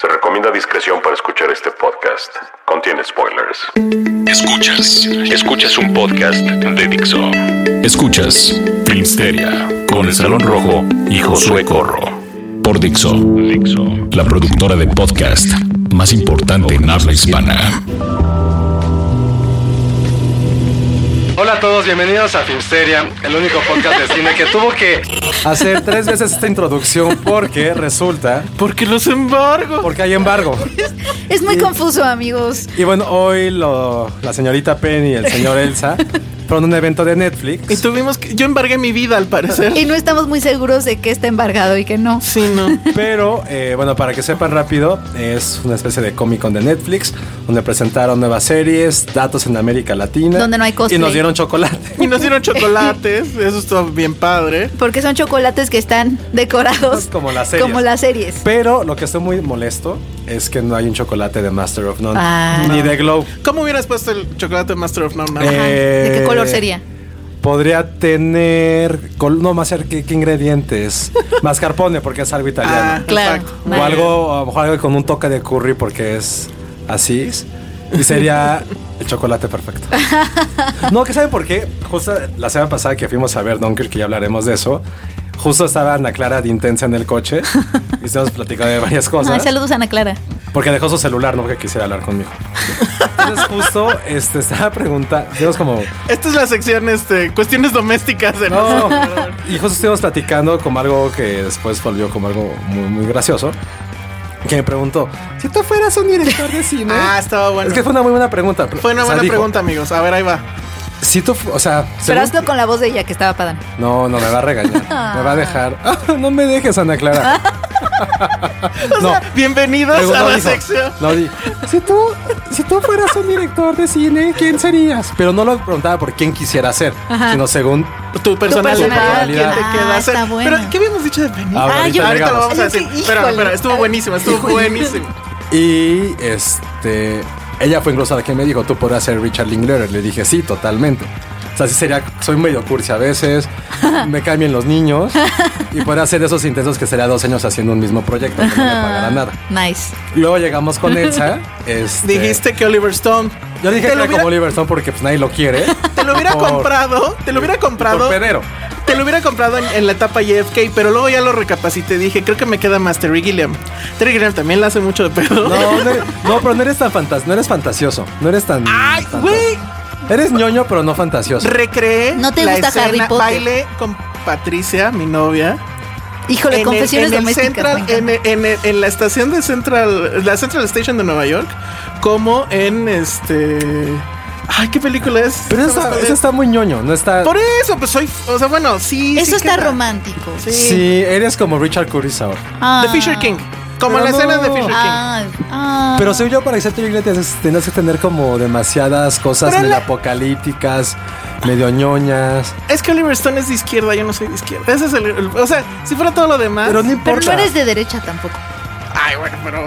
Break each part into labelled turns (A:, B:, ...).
A: Se recomienda discreción para escuchar este podcast. Contiene spoilers. Escuchas, escuchas un podcast de Dixo. Escuchas Filmsteria con el Salón Rojo y Josué Corro. Por Dixo, Dixo, la productora de podcast más importante en habla hispana.
B: Hola a todos, bienvenidos a Filmsteria, el único podcast de cine que tuvo que hacer tres veces esta introducción porque resulta
C: Porque los embargo.
B: porque hay embargo.
D: Es muy confuso, amigos.
B: Y bueno, hoy lo- la señorita Penny y el señor Elsa fueron a un evento de
C: Y
B: Netflix,
C: tuvimos que. Yo embargué mi vida al parecer.
D: Y no estamos muy seguros de que está embargado y que no.
C: Sí, no.
B: pero eh, bueno, para que sepan rápido, es una especie de Comic Con de Netflix donde presentaron nuevas series, datos en América Latina.
D: Donde no hay
B: Y
D: cosplay.
B: nos dieron chocolate.
C: Y nos dieron chocolates. Eso estuvo bien padre.
D: Porque son chocolates que están decorados.
B: Como las series.
D: Como las series.
B: Pero lo que estoy muy molesto es que no hay un chocolate de Master of None
D: Ah,
B: ni
D: no.
B: de Glow.
C: ¿Cómo hubieras puesto el chocolate de Master of None?
B: Eh,
D: Ajá. ¿De qué color sería?
B: Podría tener. col- no, más cerca, ¿qué, qué ingredientes? Mascarpone, porque es algo italiano.
D: claro.
B: o
D: Ah, vale.
B: algo, a lo mejor algo con un toque de curry, porque es así. Y sería el chocolate perfecto. No, que saben por qué. Justo la semana pasada que fuimos a ver Dunkirk, que ya hablaremos de eso. Justo estaba Ana Clara de Intensa en el coche y estamos platicando de varias
D: Ay,
B: cosas.
D: saludos, Ana Clara.
B: Porque dejó su celular, no porque quisiera hablar conmigo. Entonces, justo este, estaba preguntando. Tenemos como
C: Esta es la sección, este, cuestiones domésticas de
B: No.
C: nosotros.
B: y justo estuvimos platicando como algo que después volvió como algo muy, muy gracioso. Que me preguntó, si tú fueras un director de cine...
C: Ah, estaba bueno.
B: Es que fue una muy buena pregunta. pero-
C: Fue una
B: o sea,
C: buena
B: dijo,
C: pregunta, amigos. A ver, ahí va.
B: Si tú, fu- o sea...
D: Pero
B: según-
D: hazlo con la voz de ella, que estaba padre.
B: No, no, me va a regañar. me va a dejar... Ah, no me dejes, Ana Clara. no.
C: Bienvenidos
B: Luego,
C: a
B: no
C: la
B: dijo,
C: sección.
B: no di- si tú, si tú fueras un director de cine, ¿quién serías? Pero no lo preguntaba por quién quisiera ser, sino según
C: Tu personalidad,
B: personalidad.
C: quién te
D: Ah,
C: queda
D: está
C: hacer.
D: bueno.
C: Pero, ¿qué habíamos dicho de venir?
B: Ahora, Ah, ahorita yo-
C: ahorita lo vamos a
D: yo sí,
C: decir. Espera,
D: híjole.
C: espera, estuvo buenísimo, estuvo buenísimo.
B: Y este. Ella fue incluso la que me dijo: Tú podrás ser Richard Linklater. Le dije: Sí, totalmente. O sea, sí sería. Soy medio cursi a veces. Me cambian los niños. Y podría hacer esos intentos que sería dos años haciendo un mismo proyecto. Que no me pagará nada.
D: Nice.
B: Luego llegamos con Elsa. este,
C: Dijiste que Oliver Stone.
B: Yo dije
C: Te
B: que
C: lo
B: era
C: hubiera-
B: como Oliver Stone porque pues, nadie lo quiere.
C: Te lo hubiera
B: Por-
C: comprado, te lo hubiera comprado.
B: Por pedero.
C: Te lo hubiera comprado en, en la etapa JFK, pero luego ya lo recapacité y dije, creo que me queda más Terry Gilliam. Terry Gilliam también la hace mucho de
B: No,
C: pedo.
B: no, eres- no, pero no eres tan fantas, no eres fantasioso. No eres tan.
C: Ay,
B: tan-
C: güey.
B: Eres ñoño, pero no fantasioso.
C: Recreé
D: ¿No te
C: la
D: gusta Harry Potter?
C: baile con Patricia, mi novia.
D: Híjole,
C: el-
D: confesiones
C: en el
D: domésticas.
C: Central-
D: me
C: en,
D: encanta.
C: el- en el- en la estación de Central, la Central Station de Nueva York, como en este. Ay, ¿qué película es?
B: Pero eso
C: Esta
B: está,
C: más
B: eso está muy ñoño. No está.
C: Por eso, pues soy. O sea, bueno, sí.
D: Eso
C: sí
D: está
C: queda.
D: romántico.
C: Sí.
B: Sí, eres como Richard Kurosawa.
D: Ah.
C: The Fisher King. Como
B: Pero
C: la escena
B: no.
C: de Fisher King.
D: Ah, ah.
B: Pero soy yo para que sea tu iglesia tienes- tenías que tener como demasiadas cosas
C: Pero
B: medio
C: la-
B: apocalípticas, medio ñoñas.
C: Es que Oliver Stone es de izquierda, yo no soy de izquierda. Ese es el, el- o sea, si fuera todo lo demás.
B: Pero no
D: Pero
B: importa.
D: no eres de derecha tampoco.
C: Ay, bueno, pero.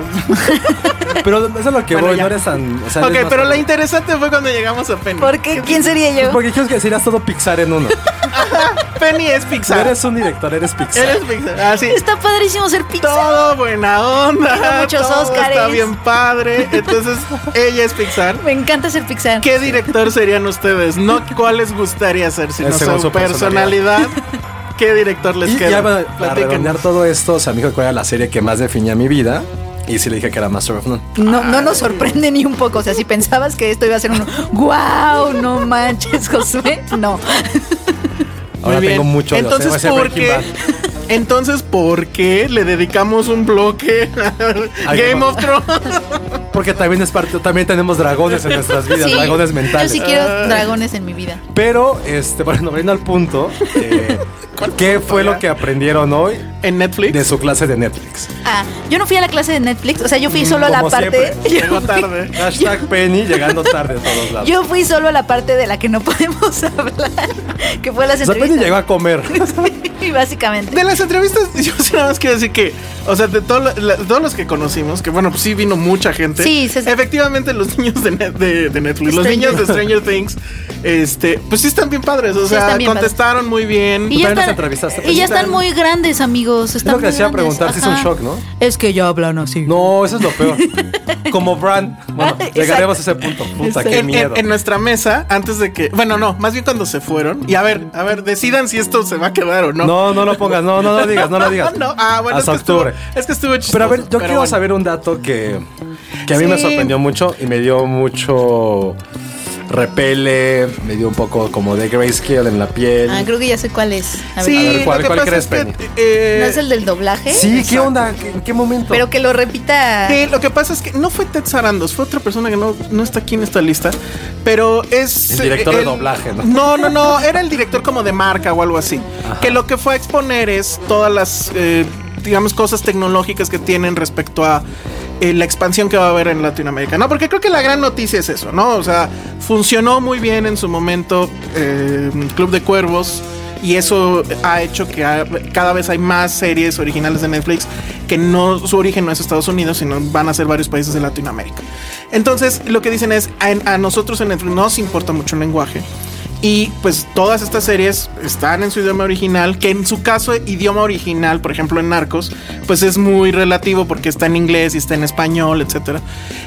B: Pero eso es lo que
C: Bueno,
B: voy,
C: ya.
B: no eres tan. O sea, eres
C: ok,
B: más
C: pero
B: como-
C: la interesante fue cuando llegamos a Penny.
D: ¿Por qué? ¿Quién sería yo?
B: Porque quiero que serías todo Pixar en uno.
C: Penny es
B: No
C: Pixar.
B: eres un director, eres Pixar.
C: Eres Pixar. Así.
D: Está padrísimo ser pizza.
C: Todo buena onda.
D: Tiene muchos
C: todo
D: Óscares.
C: Está bien padre. Entonces, ella es Pixar.
D: Me encanta ser Pixar.
C: ¿Qué director serían ustedes? No cuál les gustaría ser, sino
B: Es según
C: su
B: su personalidad.
C: personalidad. ¿Qué director les
B: Y
C: queda?
B: ya para, para
C: Platíquenos.
B: redondear todo esto, o sea, me dijo cuál era la serie que más definía mi vida. Y sí le dije que era Master of None.
D: No, no nos sorprende ni un poco. O sea, si pensabas que esto iba a ser uno, wow, no manches, Josué. No.
C: Muy
B: Ahora
C: bien.
B: tengo mucho
C: Entonces,
B: voy a hacer
C: ¿por
B: Breaking
C: qué?
B: Bad.
C: Entonces, ¿por qué le dedicamos un bloque a
B: Ay,
C: Game
B: no.
C: of Thrones?
B: Porque también es parte, también tenemos dragones en nuestras vidas,
D: Sí,
B: dragones mentales.
D: Yo sí quiero dragones en mi vida.
B: Pero, este, bueno, volviendo al punto, eh, ¿qué fue lo que aprendieron hoy
C: En Netflix.
B: de su clase de Netflix?
D: Ah, yo no fui a la clase de Netflix. O sea, yo fui solo a la
B: Mm, Como
D: parte.
B: siempre,
D: Yo
C: Llegó
D: fui-
C: tarde.
B: Hashtag Penny llegando tarde a todos lados.
D: Yo fui solo a la parte de la que no podemos hablar, que fue las
B: o sea, Penny llegó
D: entrevistas.
B: a comer.
D: Sí, básicamente.
C: De las entrevistas, yo sí nada más quiero decir que, o sea, de todo lo- la- todos los que conocimos, que bueno, pues sí vino mucha gente.
D: Sí, sí, sí.
C: Efectivamente, los niños de, Net- de- de Netflix, los
D: Stranger.
C: niños de Stranger Things, este, pues sí están bien padres, o
D: Sí,
C: sea,
D: están bien
C: contestaron muy bien.
D: Y ya,
B: también nos
D: están,
B: entrevistaste,
D: y
B: Penny.
D: ya están muy grandes, amigos. Están
B: lo que
D: muy
B: hacía
D: grandes.
B: preguntar, sí es un shock, ¿no?
D: Es que ya hablan así.
B: No, eso es lo peor. Como Bran. Bueno,
D: Ah, Exacto.
B: llegaremos a ese punto. Puta,
D: Exacto.
B: qué
C: En, en-
B: miedo.
C: en nuestra mesa, antes de que. Bueno, no, más bien cuando se fueron. Y a ver, a ver, decidan si esto se va a quedar o no.
B: No, no lo pongas, no, no lo digas, no lo digas.
C: No, ah, bueno,
B: Hasta
C: es que estuvo-
B: octubre.
C: es que estuvo chistoso,
B: Pero a ver, yo quiero
C: bueno.
B: saber un dato que, que a mí me
D: Sí.
B: sorprendió mucho y me dio mucho repele, me dio un poco como de grayscale en la piel.
D: Ah, creo que ya sé cuál es. A ver.
C: Sí,
B: A ver, ¿cuál-
C: lo que
B: cuál
C: pasa
B: crees,
C: es que,
B: Penny?
C: eh,
D: ¿No es el del doblaje?
B: sí, ¿qué onda? ¿Qué- ¿En qué momento?
D: Pero que lo repita.
C: Sí, lo que pasa es que no fue Ted Sarandos, fue otra persona que no, no está aquí en esta lista, pero es... eh,
B: El director de doblaje, ¿no?
C: No, no, no, era el director como de marca o algo así, que lo que fue a exponer es todas las, eh, digamos, cosas tecnológicas que tienen respecto a eh, la expansión que va a haber en Latinoamérica, ¿no? Porque creo que la gran noticia es eso, ¿no? O sea, funcionó muy bien en su momento eh, Club de Cuervos. Y eso ha hecho que ha- cada vez hay más series originales de Netflix que no su origen no es Estados Unidos, sino van a ser varios países de Latinoamérica. Entonces, lo que dicen es, a, a nosotros en Netflix nos importa mucho el lenguaje. Y pues todas estas series están en su idioma original, que en su caso idioma original, por ejemplo en Narcos, pues es muy relativo porque está en inglés y está en español, etcétera.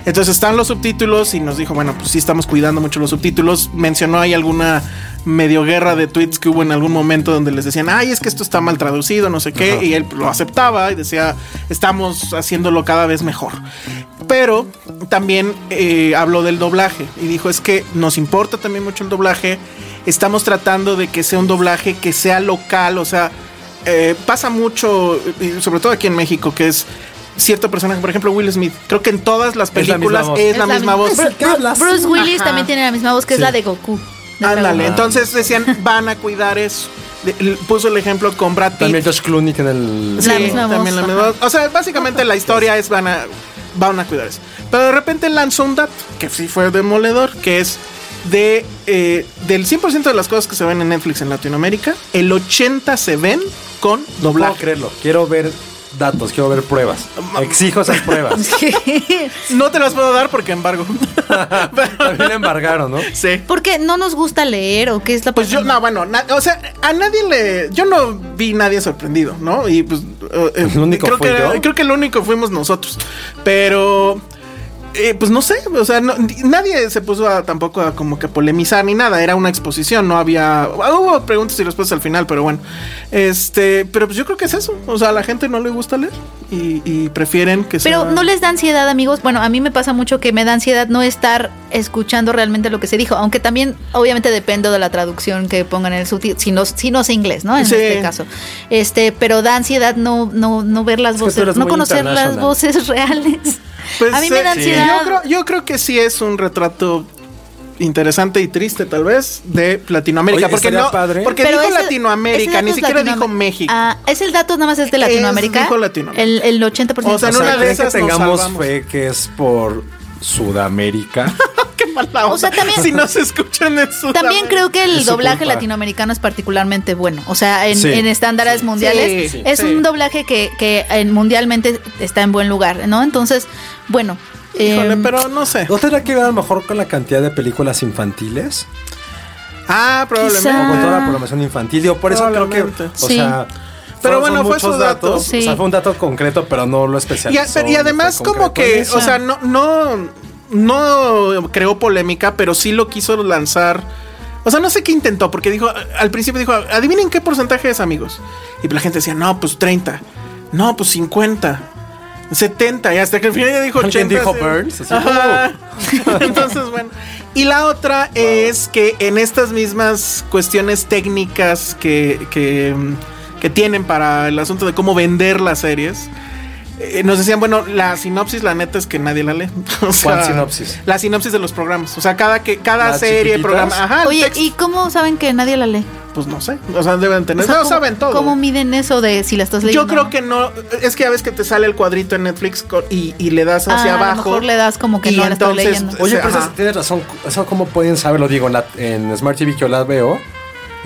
C: Entonces están los subtítulos y nos dijo, bueno, pues sí estamos cuidando mucho los subtítulos. Mencionó ahí alguna medio guerra de tweets que hubo en algún momento donde les decían, ay, es que esto está mal traducido, no sé qué, y él lo aceptaba y decía, estamos haciéndolo cada vez mejor. Pero también eh, habló del doblaje y dijo, es que nos importa también mucho el doblaje, estamos tratando de que sea un doblaje que sea local, o sea, eh, pasa mucho, y sobre todo aquí en México, que es... Cierto personaje, por ejemplo, Will Smith. Creo que en todas las
B: la misma
C: películas
B: voz.
C: es la misma voz.
D: Bru- Bruce Willis
C: Ajá.
D: también tiene la misma voz que es la de Goku. de Dragon
C: Ándale,
D: Ball.
C: entonces decían, van a cuidar eso. De- l- puso el ejemplo con Brad Pitt.
B: También Josh Clooney tiene el...
D: La misma voz,
C: también la misma
D: ajá.
C: voz. O sea, básicamente la historia es van a, van a cuidar eso. Pero de repente lanzó un dato que sí fue demoledor, que es de eh, del 100% de las cosas que se ven en Netflix en Latinoamérica, el 80 se ven con
B: No puedo
C: doblaje.
B: creerlo. Quiero ver datos, quiero ver pruebas. Exijo esas pruebas.
C: No te las puedo dar porque embargo.
B: También le embargaron, ¿no?
C: sí.
D: ¿Por qué no nos gusta leer o qué es la
C: Pues yo, no, bueno, na- o sea, a nadie le. Yo no vi nadie sorprendido, ¿no? Y pues. eh, eh,
B: El único
C: creo,
B: fui
C: que,
B: yo.
C: creo que el único fuimos nosotros. Pero. eh, pues no sé, o sea, no- nadie se puso a- tampoco a como que polemizar ni nada, era una exposición, no había, hubo preguntas y respuestas al final, pero bueno, este, pero pues yo creo que es eso, o sea, a la gente no le gusta leer y, y prefieren que sea...
D: Pero no les da ansiedad, amigos. Bueno, a mí me pasa mucho que me da ansiedad no estar escuchando realmente lo que se dijo, aunque también obviamente dependo de la traducción que pongan en el subtítulo, si no, si no sé inglés, ¿no? En
C: Sí.
D: este caso. Este, pero da ansiedad no, no, no ver las
B: que tú
D: voces,
B: eres
D: no
B: muy
D: conocer las
B: international.
D: voces reales.
C: Pues,
D: a mí me
C: eh,
D: da
C: sí.
D: ansiedad.
C: Yo creo, yo creo que sí es un retrato interesante y triste, tal vez, de Latinoamérica.
B: Oye,
C: porque
B: estaría
C: no,
B: padre.
C: porque
D: Pero
C: dijo
D: ese- ese
C: Latinoamérica,
D: dato
C: ni
D: es
C: siquiera
D: Latinoam-
C: dijo México.
D: Ah, es el dato nada más es de Latinoamérica.
C: dijo Latinoamérica.
D: El, el 80%.
C: O sea,
B: O
C: En una
B: sea, ¿creen
C: de
B: que
C: esas nos
B: tengamos
C: salvamos.
B: fe que es por Sudamérica?
C: Qué mala
D: O sea,
C: onda.
D: también-
C: si no se escuchan en su
D: También creo que el
B: Es su
D: doblaje
B: culpa.
D: latinoamericano es particularmente bueno. O sea, en,
B: Sí.
D: en estándares mundiales
C: Sí, sí,
D: es
C: sí.
D: un doblaje que, que en- mundialmente está en buen lugar, ¿no? Entonces, bueno.
C: Híjole,
D: em,
C: pero no sé.
B: ¿No tendrá que ver a lo mejor con la cantidad de películas infantiles?
C: Ah, probablemente.
D: quizá-
B: O con toda la programación infantil. Digo, por eso creo que. O
C: Probablemente.
B: sea.
C: Pero
B: fueron-
C: bueno,
B: son
C: fue
B: muchos
C: su dato.
D: Sí.
B: O sea, fue un dato concreto, pero no lo especial.
C: Y, a- pero- y además como que, o sea, no, no, no creó polémica, pero sí lo quiso lanzar. O sea, no sé qué intentó, porque dijo, al principio dijo, adivinen qué porcentaje es, amigos. Y la gente decía, no, pues 30. No, pues 50. 70, y hasta que al final ya dijo 80.
B: dijo
C: sí.
B: Burns? Así, "Oh".
C: Ajá. Entonces, bueno. Y la otra es que en estas mismas cuestiones técnicas que, que, mm, que tienen para el asunto de cómo vender las series. eh, nos decían, bueno, la sinopsis, la neta es que nadie la lee. O sea,
B: sinopsis?
C: La sinopsis de los programas. O sea, cada que cada
B: ¿Las
C: serie,
B: chiquititas?
C: programa. Ajá, el
D: Oye,
C: texto.
D: ¿y cómo saben que nadie la lee?
C: pues no sé. O sea, deben tener.
D: O sea,
C: Pues no
D: ¿cómo-
C: saben todo.
D: ¿Cómo miden eso de si la estás leyendo?
C: Yo creo que no. Es que a veces que te sale el cuadrito en Netflix co- y, y le das hacia
D: Ah, a lo
C: abajo.
D: mejor le das como que
C: y
D: no la estoy
C: entonces,
D: leyendo.
C: pues,
B: Oye, este, pero
C: ajá.
B: esas- tienes razón. Eso cómo pueden saber, lo digo, en, la- en Smart TV que yo la veo.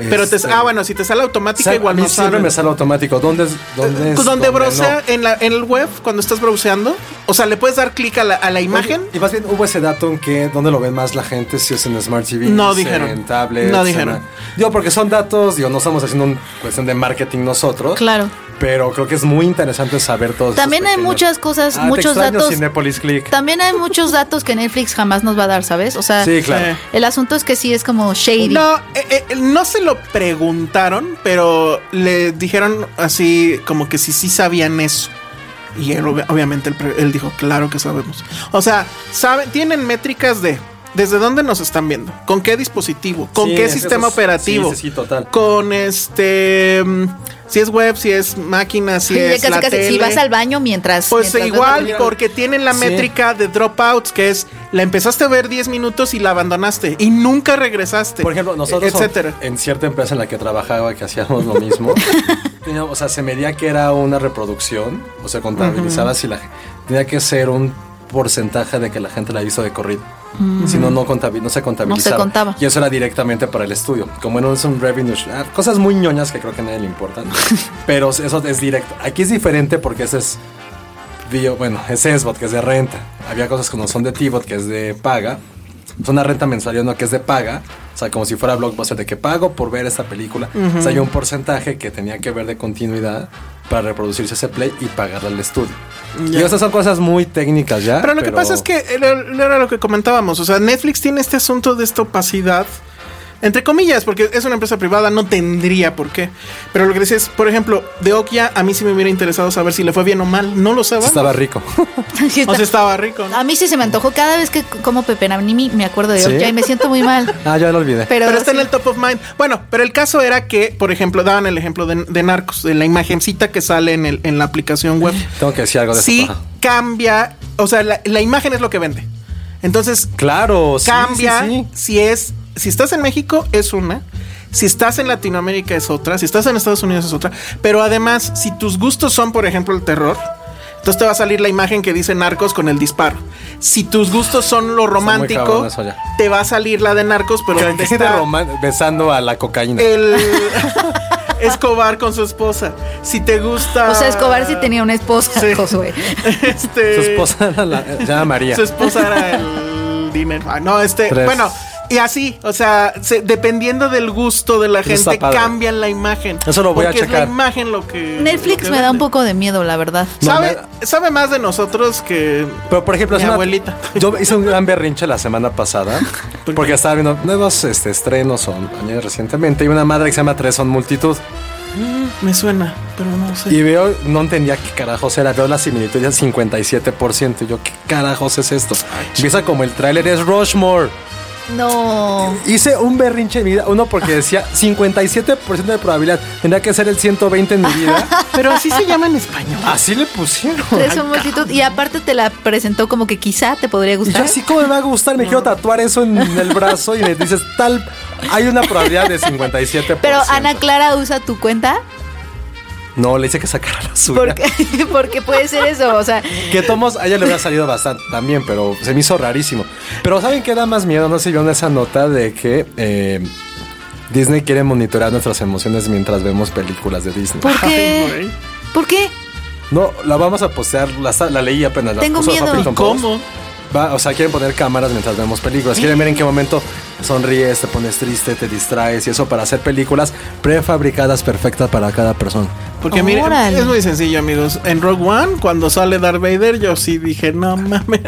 C: Pero te,
B: este,
C: ah, bueno, si te sale automática,
B: sal-
C: igual
B: a mí
C: no
B: siempre
C: saben.
B: me sale automático. ¿Dónde es? ¿Dónde es?
C: Pues donde
B: dónde
C: browsea
B: no?
C: en, la, en el web, cuando estás browseando, o sea, le puedes dar clic a la, a la imagen.
B: Oye, y más bien hubo ese dato en que dónde lo ven más la gente, si es en Smart TV,
C: No
B: si
C: dijeron.
B: en tablets,
C: No
B: en-
C: dijeron.
B: digo, porque son datos, digo, no estamos haciendo una cuestión de marketing nosotros.
D: Claro.
B: Pero creo que es muy interesante saber todos. esos
D: También hay
B: pequeños-
D: muchas cosas,
B: Ah, te
D: muchos
B: extraño,
D: datos.
B: Cinépolis Click.
D: También hay muchos datos que Netflix jamás nos va a dar, ¿sabes? O sea,
B: Sí, claro.
C: Sí.
D: el asunto es que sí es como shady.
C: No, eh, eh, no se lo preguntaron, pero le dijeron así como que si sí sabían eso. Y él, obvia- obviamente él, pre- él dijo, claro que sabemos. O sea, saben, tienen métricas de desde dónde nos están viendo, con qué dispositivo, con
B: Sí,
C: qué
B: es que eso
C: sistema
B: es-
C: operativo,
B: sí, sí, sí, total.
C: con este, mm, si es web, si es máquina, si
D: Sí, ya
C: es
D: casi,
C: la
D: casi, si
C: tele.
D: vas al baño mientras.
C: Pues
D: mientras ves la
C: igual,
D: película.
C: porque tienen la
B: Sí.
C: métrica de dropouts, que es la empezaste a ver 10 minutos y la abandonaste y nunca regresaste.
B: Por ejemplo, nosotros
C: Este, e-,
B: Eh,
C: etcétera.
B: en cierta empresa en la que trabajaba que hacíamos lo mismo, tenía- o sea, se medía que era una reproducción, o sea, contabilizaba si la tenía que ser un porcentaje de que la gente la hizo de corrido. Si no, no, contabi- no se contabilizaba.
D: contaba.
B: Y eso era directamente para el estudio. Como no es un revenue, sh- ah, cosas muy ñoñas que creo que a nadie le importan. pero eso es directo. Aquí es diferente porque ese es Dio- bueno, es SBOT, que es de renta. Había cosas como son de TBOT, que es de paga. Es una renta mensual y uno que es de paga. O sea, como si fuera blockbuster de que pago por ver esta película. O sea, hay un porcentaje que tenía que ver de continuidad para reproducirse ese play y pagarle al estudio. Y esas son cosas muy técnicas ya.
C: Pero lo que pasa es que era, era lo que comentábamos. O sea, Netflix tiene este asunto de esta opacidad. Entre comillas, porque es una empresa privada, no tendría por qué. Pero lo que decía es, por ejemplo, de Okia, a mí sí me hubiera interesado saber si le fue bien o mal. No lo sabía.
B: Estaba rico.
D: Sí está-
C: O sea, estaba rico. ¿no?
D: A mí sí se me antojó. Cada vez que como Pepe Namimi me acuerdo de
B: ¿Sí?
D: Okja y me siento muy mal.
B: ah, ya lo olvidé.
D: Pero,
C: Pero está
D: sí.
C: en el top of mind. Bueno, pero el caso era que, por ejemplo, daban el ejemplo de, de Narcos, de la imagencita que sale en, el, en la aplicación web.
B: Tengo que decir algo de
C: Sí
B: eso.
C: cambia, o sea, la, la imagen es lo que vende. Entonces,
B: Claro, sí,
C: cambia
B: sí, sí.
C: si es, si estás en México es una, si estás en Latinoamérica es otra, si estás en Estados Unidos es otra, pero además, si tus gustos son, por ejemplo, el terror, entonces te va a salir la imagen que dice Narcos con el disparo. Si tus gustos son lo romántico,
B: cabrón eso ya.
C: te va a salir la de Narcos, pero
B: Que-
C: donde
B: que gente
C: está-
B: roman- besando a la cocaína.
C: el Escobar con su esposa. Si te gusta.
D: O sea, Escobar sí tenía una esposa,
C: Ah. Sí.
D: Josué.
C: Este,
B: Su esposa era la, se llama María.
C: Su esposa era el dinero. Ah, no, este.
B: Tres.
C: Bueno, y así. O sea, se- dependiendo del gusto de la
B: Eso está
C: gente,
B: padre.
C: cambian la imagen.
B: Eso lo voy a
C: porque Es
B: checar.
C: la imagen lo que. lo
D: Netflix
C: que
D: me da un
C: vende.
D: poco de miedo, la verdad.
B: No,
C: ¿Sabe,
B: me-
C: sabe más de nosotros que.
B: Pero por ejemplo,
C: Mi
B: es una-
C: abuelita.
B: Yo hice un gran berrinche la semana pasada porque estaba viendo nuevos este, estrenos o años recientemente y una madre que se llama Tres son multitud
C: Me suena, pero no sé.
B: y veo no entendía qué carajos era, veo la similitud ya 57% y yo qué carajos es esto. Empieza como el tráiler es Rushmore.
D: No.
B: Hice un berrinche en mi vida, uno porque decía 57% de probabilidad, tendría que ser el 120 en mi vida.
C: Pero así se llama en español.
B: Así le pusieron.
D: Es una multitud. Y aparte te la presentó como que quizá te podría
B: Y yo
D: gustar.
B: así como me va a gustar, me quiero tatuar eso en el brazo y me dices tal, hay una probabilidad de 57%.
D: Pero Ana Clara usa tu cuenta
B: No, le hice que sacara la suya.
D: porque, porque puede ser eso. O sea,
B: Que Tomos a ella le hubiera salido bastante también, pero se me hizo rarísimo. Pero ¿saben qué da más miedo? No sé si vieron esa nota de que eh, Disney quiere monitorear nuestras emociones mientras vemos películas de Disney.
D: ¿por qué? ¿Por qué?
B: No, la vamos a postear, la, está- la leí apenas. La
D: Tengo
B: puso
D: miedo.
B: Huffington Post.
C: ¿Cómo?
B: Va, o sea, quieren poner cámaras mientras vemos películas. Quieren ver en qué momento sonríes, te pones triste, te distraes y eso para hacer películas prefabricadas perfectas para cada persona.
C: Porque miren,
D: Órale.
C: es muy sencillo, amigos. En Rogue One, cuando sale Darth Vader, yo sí dije, no mames.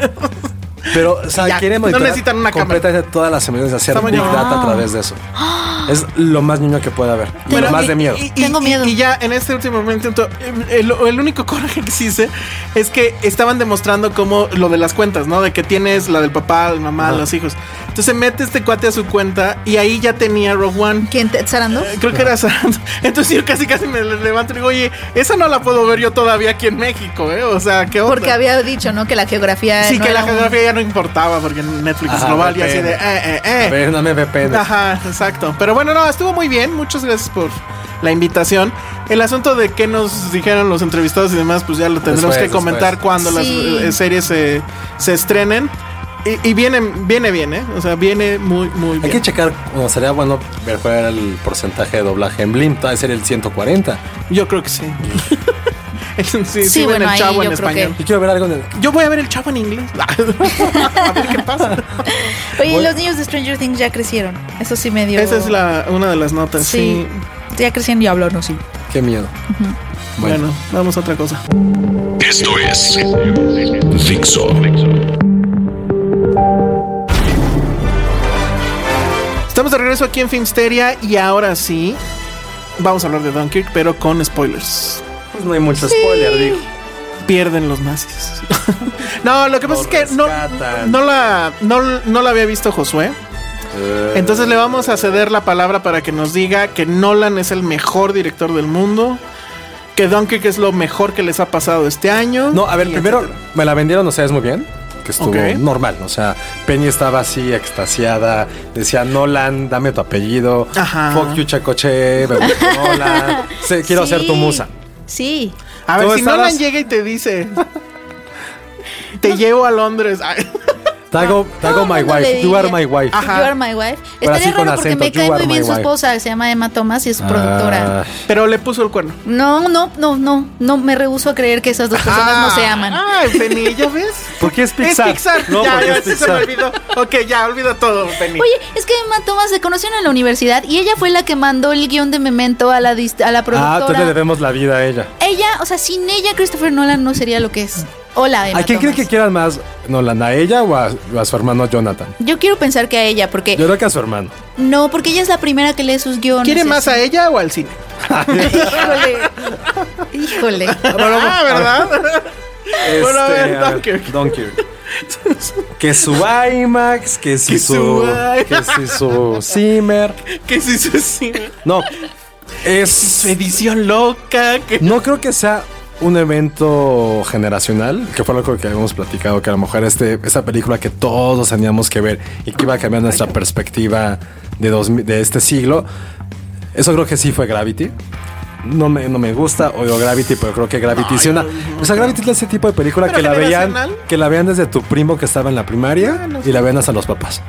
B: Pero, o sea,
D: Ya.
B: quiere
C: No
B: monitorear
C: necesitan una cámara.
B: completamente todas las emisiones, hacer
C: Está muy
B: Big
C: cabrón.
B: Data a través de eso. Es lo más niño que puede haber. Y
D: Pero-
B: lo más de miedo.
C: Y- y-
D: Tengo
C: y-
D: miedo.
C: Y ya en este último momento, el, el único coraje que sí hice es que estaban demostrando como lo de las cuentas, ¿no? De que tienes la del papá, la mamá, los hijos. Entonces mete este cuate a su cuenta y ahí ya tenía Rogue One.
D: ¿Quién te zarando?
C: Eh, Creo que era Sarandon. Entonces yo casi casi me le- levanto y digo, oye, esa no la puedo ver yo todavía aquí en México, ¿eh? O sea, ¿qué onda?
D: Porque había dicho, ¿no? Que la geografía.
C: sí,
D: no
C: que la
D: era un-
C: geografía ya no importaba porque Netflix
B: Ajá,
C: es global y así de,
B: VPN.
C: eh, eh, eh.
B: A ver, no me VPN.
C: Ajá, exacto. Pero bueno, no, estuvo muy bien. Muchas gracias por la invitación. El asunto de qué nos dijeron los entrevistados y demás, pues ya lo tendremos
B: Después,
C: que comentar
B: después.
C: cuando
D: Sí.
C: las eh, series se, se estrenen. Y, y viene, viene bien, ¿eh? O sea, viene muy, muy
B: Hay
C: bien.
B: que checar, bueno, sería bueno ver cuál era el porcentaje de doblaje en Blim, tal vez sería el 140.
C: Yo creo que sí. sí, sí,
D: Sí,
C: ven
D: bueno,
C: el
D: ahí
C: chavo
D: yo
C: en
D: creo que-
C: español.
B: Yo quiero ver algo en el...
C: Yo voy a ver el chavo en inglés. a ver qué pasa.
D: Oye, y los niños de Stranger Things ya crecieron. Eso sí me dio.
C: Esa es la, una de las notas.
D: Sí.
C: Sí.
D: Ya crecieron y hablaron, sí.
B: Qué miedo.
C: Bueno, vamos a otra cosa.
A: Esto es Dixo.
C: Estamos de regreso aquí en Filmsteria y ahora sí vamos a hablar de Dunkirk, pero con spoilers.
B: Pues no hay mucho spoiler, digo.
C: Pierden los nazis. no, lo que pasa
B: Lo
C: es que no,
B: rescatan.
C: no, la, no, no la había visto Josué. Entonces le vamos a ceder la palabra para que nos diga que Nolan es el mejor director del mundo, que Dunkirk es lo mejor que les ha pasado este año.
B: No, a ver,
C: y
B: primero
C: etcétera.
B: me la vendieron ustedes muy bien, que estuvo
C: Ok.
B: normal. O sea, Penny estaba así, extasiada. Decía, Nolan, dame tu apellido.
C: Ajá.
B: Fuck you, Chacoche. bebé, Nolan. Sí, quiero ser tu
D: Sí.
B: musa.
D: Sí.
C: A ver,
B: tú
C: si
B: estabas-
C: Nolan llega y te dice, te llevo a Londres. Ay.
B: Tago,
C: Ah.
B: tago
D: Todo
B: my
D: el mundo
B: wife.
D: le
B: You are my
D: diría.
B: wife.
C: Ajá.
D: You are my wife.
B: Pero así
D: Estaría
B: con
D: raro porque
B: acento,
D: me cae
B: you are
D: muy bien
B: my
D: su
B: wife.
D: esposa, se llama Emma Thomas y es productora.
B: Ah,
C: Pero le puso el cuerno.
D: No, no, no, no, no, me rehuso a creer que esas
B: Ah.
D: dos personas no se aman.
C: Ah, Ay, Penny, ¿ya ves?
B: ¿Por qué es Pixar?
C: Es Pixar.
B: No,
C: ya,
B: porque
C: ya
B: es
C: se me
B: Pixar.
C: olvidó. Ok, ya, olvida todo, Penny.
D: Oye, es que Emma Thomas se conocieron en la universidad y ella fue la que mandó el guión de Memento a la, dis- a la
B: Ah, entonces le
D: productora.
B: debemos la vida a ella.
D: ella, o sea, sin ella Christopher Nolan no sería lo que es. Hola, Emma
B: ¿A quién cree
D: Thomas.
B: que quieran más Nolan? ¿A ella o a, o a su hermano Jonathan?
D: Yo quiero pensar que a ella, porque
B: Yo creo que a su hermano.
D: no, porque ella es la primera que lee sus guiones.
C: ¿Quiere más a ella o al cine?
D: Híjole. Híjole.
C: ah, ¿verdad? Bueno, a ver,
B: Este, a ver,
C: Dunkirk.
B: Dunkirk. Que su IMAX, que si
C: Que
B: su.
C: su IMAX.
B: Que si su Zimmer.
C: que sí, su cine.
B: No.
C: Su
B: Es.
C: edición loca. Que...
B: No creo que sea un evento generacional, que fue lo que habíamos platicado, que a lo mejor este, esta película que todos teníamos que ver y que iba a cambiar nuestra perspectiva de, 2000 de este siglo, eso creo que sí fue Gravity. No me, no me gusta, odio Gravity, pero creo que Gravity sí una. O sea, Gravity es ese tipo de película
C: ¿Pero
B: que la veían
C: generacional? Ah,
B: que la veían desde tu primo que estaba en la primaria y la veían hasta los papás.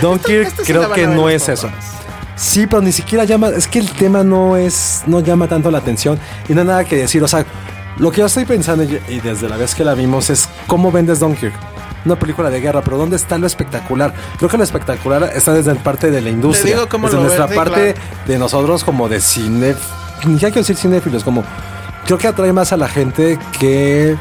B: Dunkirk
C: esto Este sí la
B: creo
C: van a
B: que
C: ver
B: no
C: los
B: es eso.
C: papás.
B: Sí, pero ni siquiera llama. Es que el tema no es. No llama tanto la atención y no hay nada que decir. O sea, lo que yo estoy pensando y y desde la vez que la vimos es cómo vendes Dunkirk. Una película de guerra, pero ¿dónde está lo espectacular? Creo que lo espectacular está desde la parte de la industria.
C: digo cómo
B: desde
C: lo
B: nuestra
C: ven, sí,
B: parte
C: claro.
B: de nosotros como de cine. Ni siquiera quiero decir cinéfilos, como. Creo que atrae más a la gente que.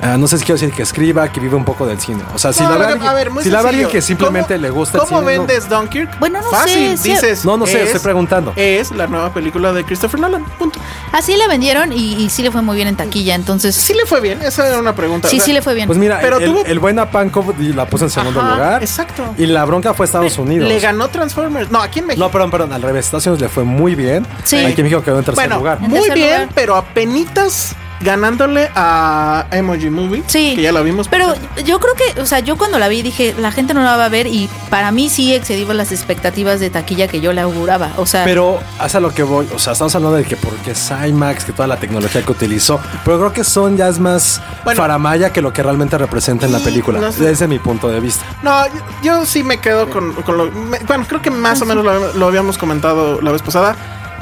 B: ah, no sé si quiero decir que escriba, que vive un poco del cine. O sea, si
C: No,
B: la ve
C: lo que-
B: alguien-
C: a ver, muy
B: si la ve alguien
C: sencillo.
B: que simplemente
C: ¿Cómo-
B: le gusta el
C: ¿Cómo
B: cine, no-
C: vendes Dunkirk?
D: Bueno, no
C: Fácil,
D: sé, sí.
C: dices.
B: No, no sé,
C: es-
B: estoy preguntando.
C: Es la nueva película de Christopher Nolan. Punto.
D: Así la vendieron y, y sí le fue muy bien en taquilla, entonces
C: Sí
D: sí,
C: le fue bien. Esa era una pregunta.
D: sí,
C: O sea,
D: le fue bien.
B: Pues mira,
C: Pero
B: el,
C: tuvo-
B: el buen Apanco y la puso en segundo
C: Ajá,
B: lugar.
C: exacto.
B: Y la bronca fue Estados Unidos.
C: Le ganó Transformers. No, aquí en México.
B: no, perdón, perdón, al revés. Estados Unidos le fue muy bien.
D: Sí.
B: Aquí en México quedó en tercer
C: Bueno,
B: lugar.
D: En
C: muy
D: tercer
C: bien,
D: lugar.
C: pero apenas ganándole a Emoji Movie.
D: Sí.
C: Que ya la vimos.
D: Pero yo creo que, o sea, yo cuando la vi dije, la gente no la va a ver y para mí sí excedí las expectativas de taquilla que yo le auguraba. O sea,
B: Pero hasta lo que voy, o sea, estamos hablando de que porque es IMAX, que toda la tecnología que utilizó, pero creo que son ya es más
C: Bueno.
B: faramaya que lo que realmente representa en la
C: Y
B: película,
C: no sé.
B: desde mi punto de vista.
C: No, yo, yo sí me quedo con, con lo. me- bueno, creo que más o menos lo, lo habíamos comentado la vez pasada.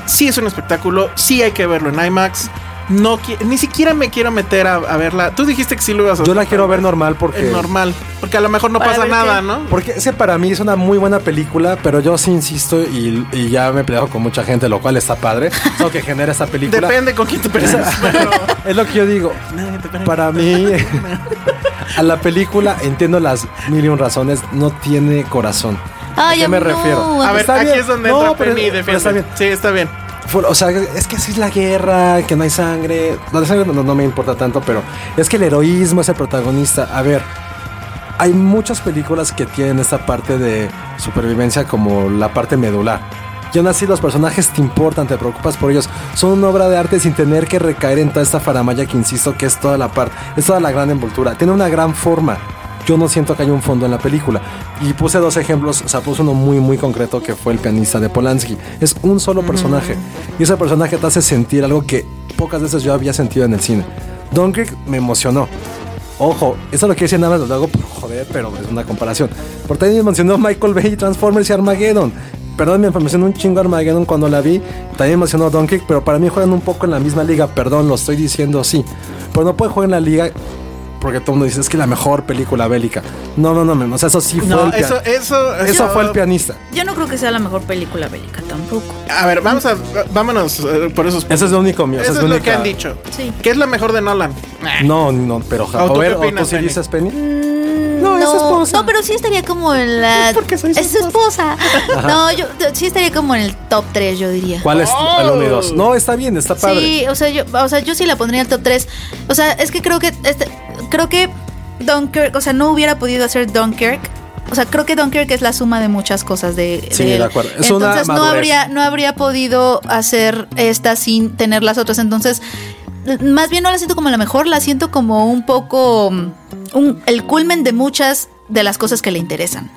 C: Sí es un espectáculo, sí hay que verlo en IMAX. No, qui- ni siquiera me quiero meter a, a verla. Tú dijiste que sí lo ibas a
B: Yo la quiero ver normal
C: Es
B: porque.
C: normal. Porque a lo mejor no
D: Para
C: pasa
D: ver
C: nada,
D: qué.
C: ¿no?
B: Porque ese para mí es una muy buena película, pero yo sí insisto y, y ya me he peleado con mucha gente, lo cual está padre. Es lo que genera esta película.
C: Depende con quién te pelees. pero-
B: Es lo que yo digo. Para mí, a la película entiendo las mil y un razones, no tiene corazón.
D: Ay,
B: ¿A qué
D: a
B: me
D: mí no.
B: refiero?
C: A ver,
B: Está
C: aquí
B: bien.
C: es donde
B: No,
C: entra
B: pero-
C: Penny y
B: pero
C: defiende.
B: está bien.
C: Sí, está bien.
B: Fue- O sea, es que así es la guerra, que no hay sangre. Lo de sangre no, no me importa tanto, pero es que el heroísmo es el protagonista. A ver, hay muchas películas que tienen esta parte de supervivencia como la parte medular. Y aún así los personajes te importan, te preocupas por ellos. Son una obra de arte sin tener que recaer en toda esta faramaya que insisto que es toda la parte, es toda la gran envoltura. Tiene una gran forma. Yo no siento que haya un fondo en la película. Y puse dos ejemplos, o sea, puse uno muy, muy concreto que fue el pianista de Polanski. Es un solo personaje. Y ese personaje te hace sentir algo que pocas veces yo había sentido en el cine. Dunkirk me emocionó. Ojo, eso lo que decir nada más lo hago por joder, pero es una comparación. Por también mencionó Michael Bay, Transformers y Armageddon. Perdón, me mencionó un chingo Armageddon cuando la vi. También mencionó Donkey, pero para mí juegan un poco en la misma liga. Perdón, lo estoy diciendo así. Pero no puede jugar en la liga porque todo el mundo dice es que la mejor película bélica. No, no, no, no. O sea, eso sí fue
C: No,
B: el
C: eso,
B: pianista.
C: eso,
B: Eso fue el pianista.
D: Yo no creo que sea la mejor película bélica tampoco.
C: A ver, vamos a, vámonos eh, por esos.
B: Eso es lo único mío. esa
C: Eso es
B: mi
C: lo que
B: única-
C: han dicho.
D: Sí.
C: ¿Qué es la mejor de Nolan?
B: No, no, pero
C: ¿O tú
B: a
C: qué
B: ver, ¿o tú
C: opinas,
B: sí
C: Penny?
B: dices Penny?
D: No,
B: es su esposa.
D: No, pero sí estaría como en la.
B: Es porque soy su
D: es su esposa. No, yo yo- sí estaría como en el top 3, yo diría.
B: ¿Cuál es el uno y dos?
C: Oh.
B: No, está bien, está padre.
D: Sí, o sea, yo, o sea, yo sí la pondría en el top 3. O sea, es que creo que este, creo que Dunkirk, o sea, no hubiera podido hacer Dunkirk. O sea, creo que Dunkirk es la suma de muchas cosas de.
B: Sí,
D: él.
B: de acuerdo. Es una
D: Entonces no
B: madurez.
D: habría, no habría podido hacer esta sin tener las otras. Entonces, más bien no la siento como la mejor, la siento como un poco mm, un- el culmen de muchas de las cosas que le interesan.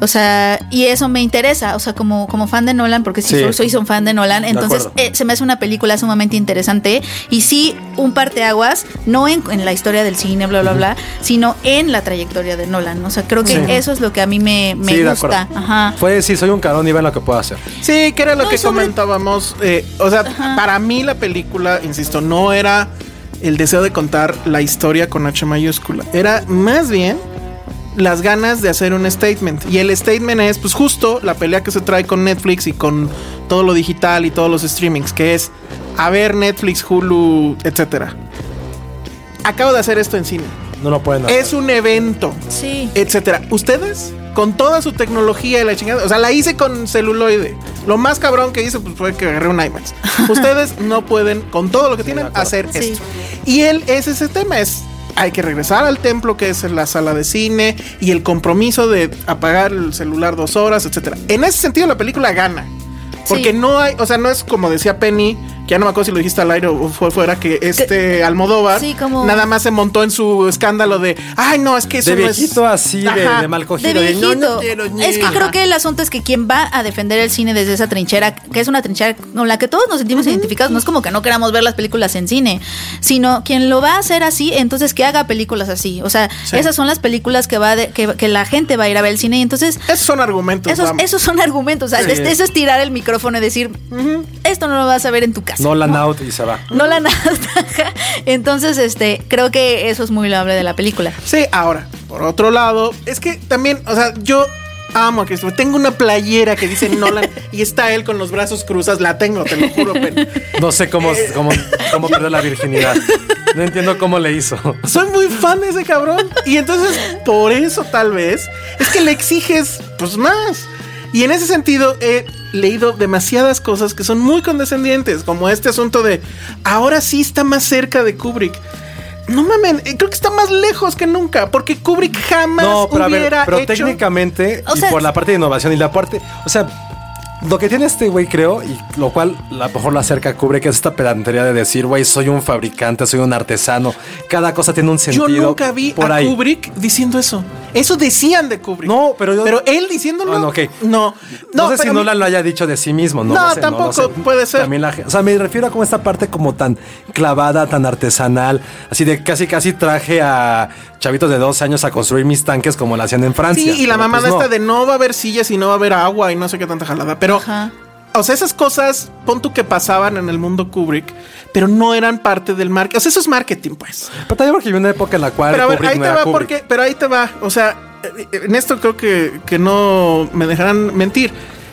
D: O sea, y eso me interesa, o sea, como, como fan de Nolan, porque sí,
B: Sí.
D: soy- soy un fan de Nolan, entonces
B: acuerdo.
D: eh, se me hace una película sumamente interesante y sí un parteaguas, no en, en la historia del cine, bla, bla, bla, sino en la trayectoria de Nolan. O sea, creo que
B: Sí.
D: eso es lo que a mí me, me
B: sí, de
D: gusta.
B: acuerdo.
D: Ajá.
B: Fue decir, soy un carón y vean lo que puedo hacer.
C: Sí, que era lo
D: No,
C: que
D: sobre-
C: comentábamos. eh, o sea, para mí la película, insisto, no era el deseo de contar la historia con H mayúscula. Era más bien las ganas de hacer un statement. Y el statement es, pues justo la pelea que se trae con Netflix y con todo lo digital y todos los streamings, que es, a ver, Netflix, Hulu, etcétera. Acabo de hacer esto en cine.
B: No lo pueden hacer.
C: Es un evento
D: Sí.
C: etcétera. Ustedes, con toda su tecnología y la chingada, o sea, la hice con celuloide. Lo más cabrón que hice pues, fue que agarré un IMAX. Ustedes no pueden, con todo lo que tienen, hacer
D: Sí.
C: esto. Y él es ese tema, es hay que regresar al templo que es la sala de cine y el compromiso de apagar el celular dos horas, etcétera. En ese sentido la película gana. Porque
D: Sí.
C: no hay, o sea, no es como decía Penny, que ya no me acuerdo si lo dijiste al aire o fue fuera, que este Almodóvar
D: Sí, como-
C: nada más se montó en su escándalo de, ay, no, es que eso
B: De
C: no es-
B: viejito así, de,
C: Ajá.
B: de mal
D: De
B: cogido. de,
D: viejito.
B: "No, no quiero ni-".
D: es que creo que el asunto es que quien va a defender el cine desde esa trinchera, que es una trinchera con la que todos nos sentimos identificados, no es como que no queramos ver las películas en cine, sino quien lo va a hacer así, entonces que haga películas así. O sea,
C: Sí.
D: esas son las películas que va de- que, que la gente va a ir a ver el cine y entonces
C: Esos son argumentos.
D: esos,
C: vamos.
D: esos son argumentos. O sea, es- eso es tirar el micrófono y decir, esto no lo vas a ver en tu casa.
B: No la out y se va.
D: No la nada. Entonces, este, creo que eso es muy loable de la película.
C: Sí, ahora, por otro lado, es que también, o sea, yo amo a Christopher. Tengo una playera que dice Nolan y está él con los brazos cruzados. La tengo, te lo juro, pero
B: No sé cómo, cómo, cómo perdió la virginidad. No entiendo cómo le hizo.
C: soy muy fan de ese cabrón. Y entonces, por eso tal vez, es que le exiges, pues más. Y en ese sentido, he leído demasiadas cosas que son muy condescendientes, como este asunto de ahora sí está más cerca de Kubrick. No mames, eh, creo que está más lejos que nunca, porque Kubrick jamás
B: No, pero a ver,
C: hubiera
B: pero
C: hecho-
B: técnicamente,
D: O
B: y
D: sea-
B: por la parte de innovación y la parte. O sea, lo que tiene este güey, creo, y lo cual a lo mejor la acerca cubre, que es esta pedantería de decir, güey, soy un fabricante, soy un artesano. Cada cosa tiene un
C: Yo
B: sentido.
C: nunca vi a Kubrick diciendo eso. Eso decían de Kubrick.
B: No, pero yo-
C: Pero él diciéndolo.
B: Ah, no, ok.
C: No,
B: No, sé
C: pero
B: si
C: a mí-
B: Nolan lo haya dicho de sí mismo, ¿no?
C: No,
B: lo sé, lo
C: tampoco,
B: sé.
C: puede ser.
B: También la ge- o sea, me refiero a como esta parte como tan clavada, tan artesanal, así de casi casi traje a chavitos de dos años a construir mis tanques como lo hacían en Francia.
C: Sí, y la
B: Pero,
C: mamada
B: pues, no.
C: esta de no va a haber sillas y no va a haber agua y no sé qué tanta jalada. Pero,
D: Ajá.
C: o o sea, esas cosas, pon tú que pasaban en el mundo Kubrick, pero no eran parte del marketing. O sea, eso es marketing, pues.
B: Pero también porque había una época en la cual.
C: Pero a ver,
B: Kubrick
C: ahí
B: no
C: te
B: era
C: va
B: Kubrick.
C: porque, pero ahí te va. O sea, en esto creo que, que no me dejarán mentir.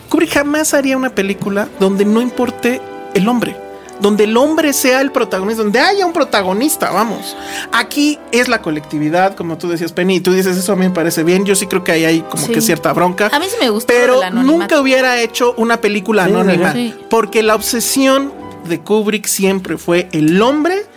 C: Kubrick jamás haría una película donde no importe el hombre. Donde el hombre sea el protagonista, donde haya un protagonista, vamos. Aquí es la colectividad, como tú decías, Penny, y tú dices eso a mí me parece bien. Yo sí creo que ahí hay como
D: Sí.
C: que cierta bronca.
D: A mí sí me gusta lo
C: Pero
D: del anonimato.
C: nunca hubiera hecho una película
B: Sí,
C: anónima.
D: sí.
C: Porque la obsesión de Kubrick siempre fue el hombre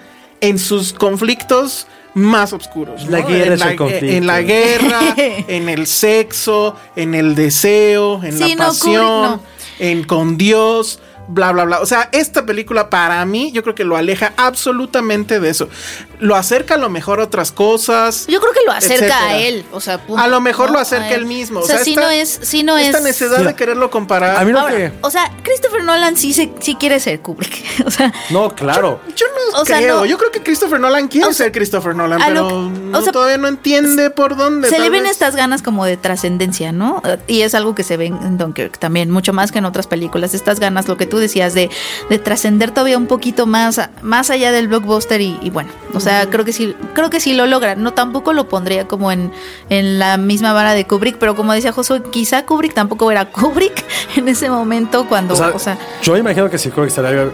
C: en sus conflictos más oscuros.
B: La guerra
C: en
B: es el conflicto.
C: En la guerra, en el sexo, en el deseo, en
D: Sí,
C: la
D: no, Kubrick,
C: pasión,
D: no.
C: en con Dios, bla, bla, bla. O sea, esta película para mí yo creo que lo aleja absolutamente de eso. Lo acerca a lo mejor a otras cosas.
D: Yo creo que lo acerca
C: etcétera.
D: a él, o sea, punto,
C: A lo mejor
D: ¿no?
C: lo
D: A
C: acerca él mismo.
D: O sea, sí
C: esta-
D: no es, sí no
C: esta
D: es.
C: necesidad
B: Mira,
C: de quererlo comparar.
B: A mí lo
D: Ahora,
B: que.
D: o sea, Christopher Nolan sí, se, sí quiere ser Kubrick. O sea,
B: No, claro.
C: Yo no
D: O sea,
C: creo.
D: no.
C: Yo creo que Christopher Nolan quiere
D: O sea,
C: ser Christopher Nolan,
D: a
C: pero
D: lo que-
C: no-
D: o sea,
C: todavía no entiende por dónde.
D: se
C: tal
D: le ven
C: vez.
D: estas ganas como de trascendencia, ¿no? Eh, Y es algo que se ve en Dunkirk también, mucho más que en otras películas. Estas ganas, lo que tú decías, de, de trascender todavía un poquito más, a- más allá del blockbuster y, y bueno, o sea, creo que sí, creo que sí lo logra. No, tampoco lo pondría como en, en la misma vara de Kubrick, pero como decía Josué, quizá Kubrick tampoco era Kubrick en ese momento cuando,
B: O sea,
D: o sea
B: yo imagino que si Kubrick estuviera,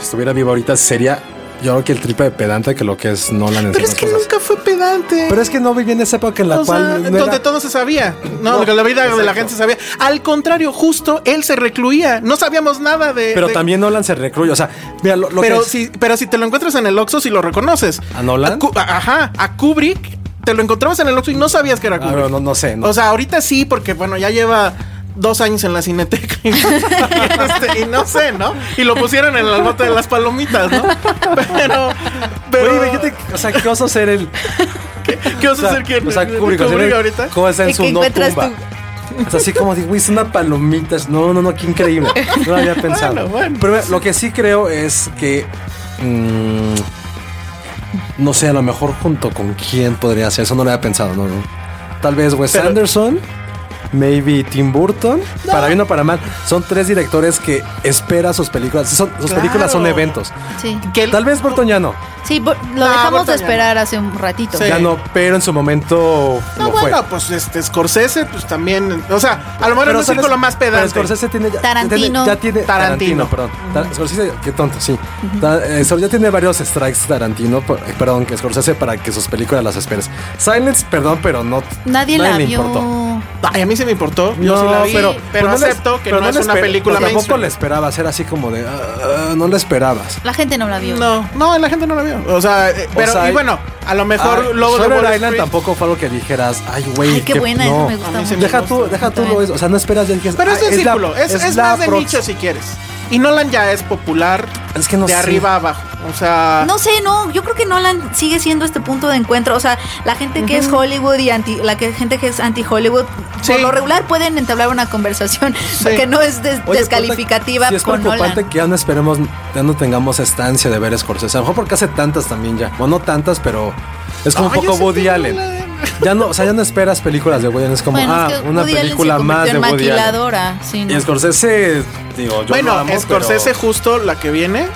B: estuviera vivo ahorita sería, yo creo que el triple de pedante que lo que es Nolan en
C: Pero
B: ciertas
C: es que
B: cosas.
C: nunca fue pedante.
B: Pero es que no viví en esa época en la
C: O sea,
B: cual. no
C: donde
B: era-
C: todo se sabía. No,
B: No,
C: que la vida de la
B: exacto.
C: gente se sabía. Al contrario, justo él se recluía. No sabíamos nada de.
B: Pero
C: de-
B: también Nolan se recluye. O sea, mira, lo, lo
C: pero
B: que es-
C: si, pero si te lo encuentras en el Oxxo, si lo reconoces.
B: ¿A Nolan?
C: Ku- a- ajá, a Kubrick te lo encontramos en el Oxxo y no sabías que era
B: Ah,
C: Kubrick.
B: no, no sé. no.
C: O sea, ahorita sí, porque bueno, ya lleva dos años en la cineteca y, este, y no sé, ¿no? Y lo pusieron en la nota de las palomitas, ¿no? Pero, pero
B: Oye, imagínate, o sea, qué oso ser el.
C: ¿qué vas
B: O sea,
C: a hacer que
B: o sea, Kubrick, o sea,
C: Kubrick ahorita?
B: ¿Cómo está en
D: ¿Qué-
B: su
D: qué
B: no
D: encuentras
B: tumba? O sea, así como digo, es una palomita. No, no, no, qué increíble. No lo había pensado.
C: Bueno, bueno.
B: Pero mira, lo que sí creo es que. mm, no sé, a lo mejor junto con quién podría ser. Eso no lo había pensado, no, no. Tal vez Wes
C: Pero-
B: Anderson. Maybe Tim Burton, para bien o para mal, son tres directores que espera sus películas. Son- sus
C: Claro.
B: películas son eventos.
D: sí.
C: Que él-
B: Tal vez Burton ya no,
D: Sí, por- lo
B: Ah,
C: No,
D: dejamos
C: Burton
D: de
C: ya
D: esperar hace un ratito.
C: Sí.
B: ya no, pero en su momento
C: No,
B: lo fue.
C: bueno, pues este Scorsese, pues también, o sea, a lo mejor en un
B: ¿sabes?
C: círculo más
B: Pero
C: pedante.
B: Scorsese tiene ya, ya
D: Tarantino.
B: tiene, ya tiene-
C: Tarantino.
B: Tarantino, perdón. Tar- Scorsese, qué tonto, sí. Ta- eh, Scorsese ya tiene varios strikes Tarantino, por- eh, perdón, que Scorsese para que sus películas las esperes. Silence, perdón, pero no.
D: Nadie, la
B: le
D: vio.
B: importó.
C: Ay, a mí se me importó, yo sí la vi, pero,
B: no le-
C: acepto que
B: pero
C: no,
B: le
C: es una
B: esper-
C: película
B: pero Tampoco le
C: mainstream.
B: esperaba ser así como de. ah, ah, no le esperabas.
D: La gente no la vio.
C: No, no, la gente no la vio. O sea, eh, pero
B: sea,
C: y bueno, a lo mejor
B: Ah,
C: Lobo de
B: Shutter
C: Wall
B: Island
C: Street-
B: tampoco fue algo que dijeras, ay, güey.
D: Ay, qué
B: qué-
D: buena,
B: no.
D: eso me gusta
C: A mí se
D: mucho.
C: me
B: Deja tú, deja tú, lo- o sea, no esperas ya dijeras,
C: Pero
B: ah,
C: es de
B: la-
C: círculo, es, es
B: la
C: más de
B: prox-
C: nicho si quieres. Y Nolan ya es popular
B: Es que no
C: de
B: sé.
C: arriba a abajo. O sea,
D: No sé, no, yo creo que Nolan sigue siendo este punto de encuentro. O sea, la gente que es Hollywood y anti, la que, gente que es anti-Hollywood,
C: Sí.
D: por lo regular pueden entablar una conversación que no es des-
B: Oye,
D: descalificativa
B: sí es
D: con
B: preocupante
D: Nolan.
B: que ya no esperemos, ya no tengamos estancia de ver Scorsese. A lo mejor porque hace tantas también ya. Bueno, no tantas, pero es como
C: Ay,
B: un poco
C: ese
B: Woody
C: tío
B: Allen.
C: Nolan.
B: Ya no, o sea, ya no esperas películas de Woody Allen. Es como,
D: Bueno,
B: ah,
D: es que
B: una
D: Woody Allen se
B: película
D: convirtió
B: más de
D: en
B: Woody Allen.
D: maquiladora. Sí,
B: Y
D: no.
B: Scorsese, digo, yo
C: bueno,
B: lo amo,
C: Scorsese
B: pero-
C: justo la que viene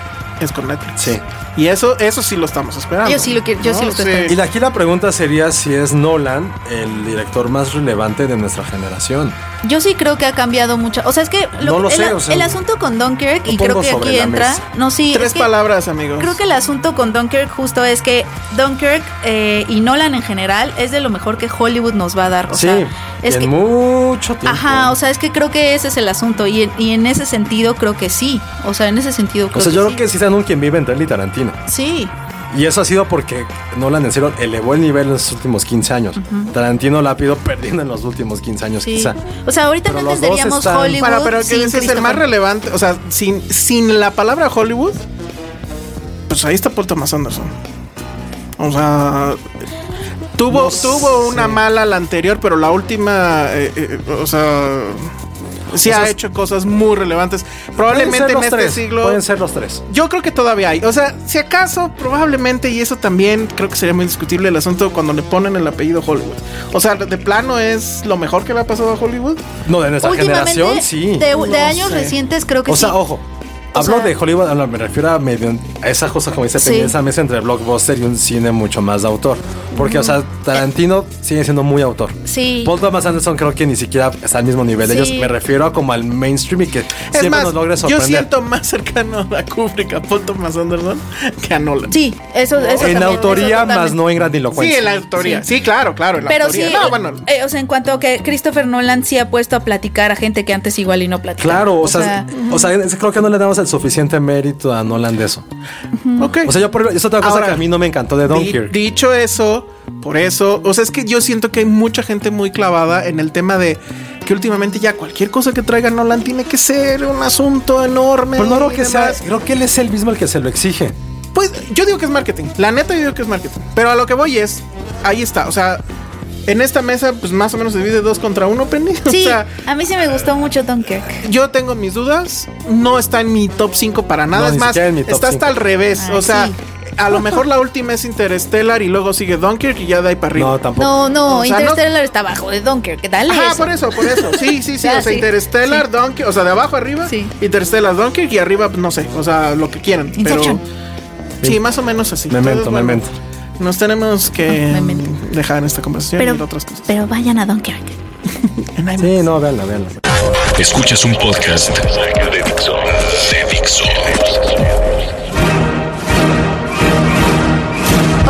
C: es con Netflix.
B: Sí.
C: Y eso eso sí lo estamos esperando.
D: Yo sí lo quiero- yo sí lo estoy
B: Y la- aquí la pregunta sería si es Nolan el director más relevante de nuestra generación.
D: Yo sí creo que ha cambiado mucho. O sea, es que
B: No lo
D: el,
B: sé, o sea,
D: el asunto con Dunkirk,
B: lo
D: y creo
B: pongo
D: que
B: sobre
D: aquí
B: la
D: entra.
B: mesa.
D: No, sí.
C: Tres
D: es que-
C: palabras, amigos.
D: Creo que el asunto con Dunkirk justo es que Dunkirk eh, y Nolan en general es de lo mejor que Hollywood nos va a dar. O
B: sí,
D: sea, es
B: en
D: que,
B: mucho tiempo.
D: Ajá, o sea, es que creo que ese es el asunto y en, y en ese sentido creo que sí. O sea, en ese sentido creo
B: O sea, yo
D: que
B: creo que sí sean un quien vive entre él y Tarantino.
D: sí.
B: Y eso ha sido porque Nolan en serio elevó el nivel en los últimos 15 años. Tarantino la ha ido perdiendo en los últimos 15 años,
D: Sí,
B: quizá.
D: O sea, ahorita
B: Pues, Pero
D: no
B: los dos
D: entenderíamos
B: están-
D: Hollywood
C: Para, pero que
D: sin
C: ese es el más
D: Christopher.
C: relevante, o sea, sin sin la palabra Hollywood, pues ahí está Paul Thomas Anderson. O sea,
B: No
C: tuvo tuvo una
B: sé.
C: mala la anterior, pero la última eh, eh, o sea, Sí
B: Esos-
C: ha hecho cosas muy relevantes.
B: Pueden ser
C: Probablemente en
B: los
C: este
B: tres,
C: siglo.
B: Pueden ser los tres.
C: Yo creo que todavía hay. O sea, si acaso, probablemente, y eso también creo que sería muy discutible el asunto cuando le ponen el apellido Hollywood. O sea, de plano es lo mejor que le ha pasado a Hollywood.
B: No, de nuestra generación, sí.
D: de, de años
C: sé.
D: recientes, creo que
B: O sea,
D: sí.
B: ojo. Hablo
D: sea-
B: de Hollywood, no, me refiero a, medio, a esa cosa como dice
D: Sí.
B: Penny, esa mesa entre blockbuster y un cine mucho más de autor. Porque, o sea, Tarantino sigue siendo muy autor.
D: Mm. Sí.
B: Paul Thomas Anderson creo que ni siquiera está al mismo nivel de
D: Sí.
B: ellos. Me refiero a como al mainstream y que siempre
C: Es más,
B: nos logre
C: yo
B: sorprender.
C: siento más cercano a Kubrick, a Paul Thomas Anderson, que a Nolan.
D: Sí, eso, eso
B: en
D: también,
B: autoría,
D: eso
B: más
D: totalmente.
B: no en
C: Sí,
B: grandilocuencia.
C: en la autoría. Sí, claro, claro. en la
D: Pero
C: autoría.
D: sí,
C: No, bueno,
D: eh, o sea, en cuanto a que Christopher Nolan sí ha puesto a platicar a gente que antes igual y no platicaba.
B: Claro, o, sea, o sea, es- creo que no le damos el suficiente mérito a Nolan de eso.
C: ok.
B: O sea, yo por ejemplo, es otra cosa
C: Ahora,
B: que a mí no me encantó de
C: Di-
B: Dunkirk.
C: dicho eso, por eso, o sea, es que yo siento que hay mucha gente muy clavada en el tema de que últimamente ya cualquier cosa que traiga Nolan tiene que ser un asunto enorme.
B: Pero no creo
C: y
B: que sea,
C: demás.
B: creo que él es el mismo el que se lo exige.
C: Pues yo digo que es marketing. La neta, yo digo que es marketing. Pero a lo que voy es, ahí está. O sea, en esta mesa, pues más o menos se divide dos contra uno, Penny.
D: Sí,
C: O sea,
D: a mí sí me gustó mucho Dunkirk.
C: yo tengo mis dudas. No está en mi top 5 para nada.
B: No,
C: es
B: ni
C: más,
B: siquiera en mi top
C: está
B: cinco.
C: hasta al revés.
D: Ah,
C: o sea,
D: sí.
C: a lo mejor la última es Interstellar y luego sigue Dunkirk y ya de ahí para arriba.
B: No, tampoco.
D: No, no,
C: O sea, no-
D: Interstellar está abajo de Dunkirk. Dale.
C: Ajá,
D: eso.
C: por eso, por eso. Sí, sí, sí.
D: Ya,
C: o sea,
D: sí.
C: Interstellar, Dunkirk, o sea, de abajo arriba.
D: Sí.
C: Interstellar, Dunkirk y arriba, no sé, o sea, lo que quieran.
D: Inception.
C: Pero sí, más o menos así.
B: Memento,
C: bueno,
B: memento.
C: Nos tenemos que
D: Ah, memento.
C: mm, dejar en esta conversación y
D: Pero,
C: ir a otras cosas.
D: pero vayan a Dunkirk.
B: Sí, no, véanla, véanla.
A: Escuchas un podcast de Dixo. De Dixo.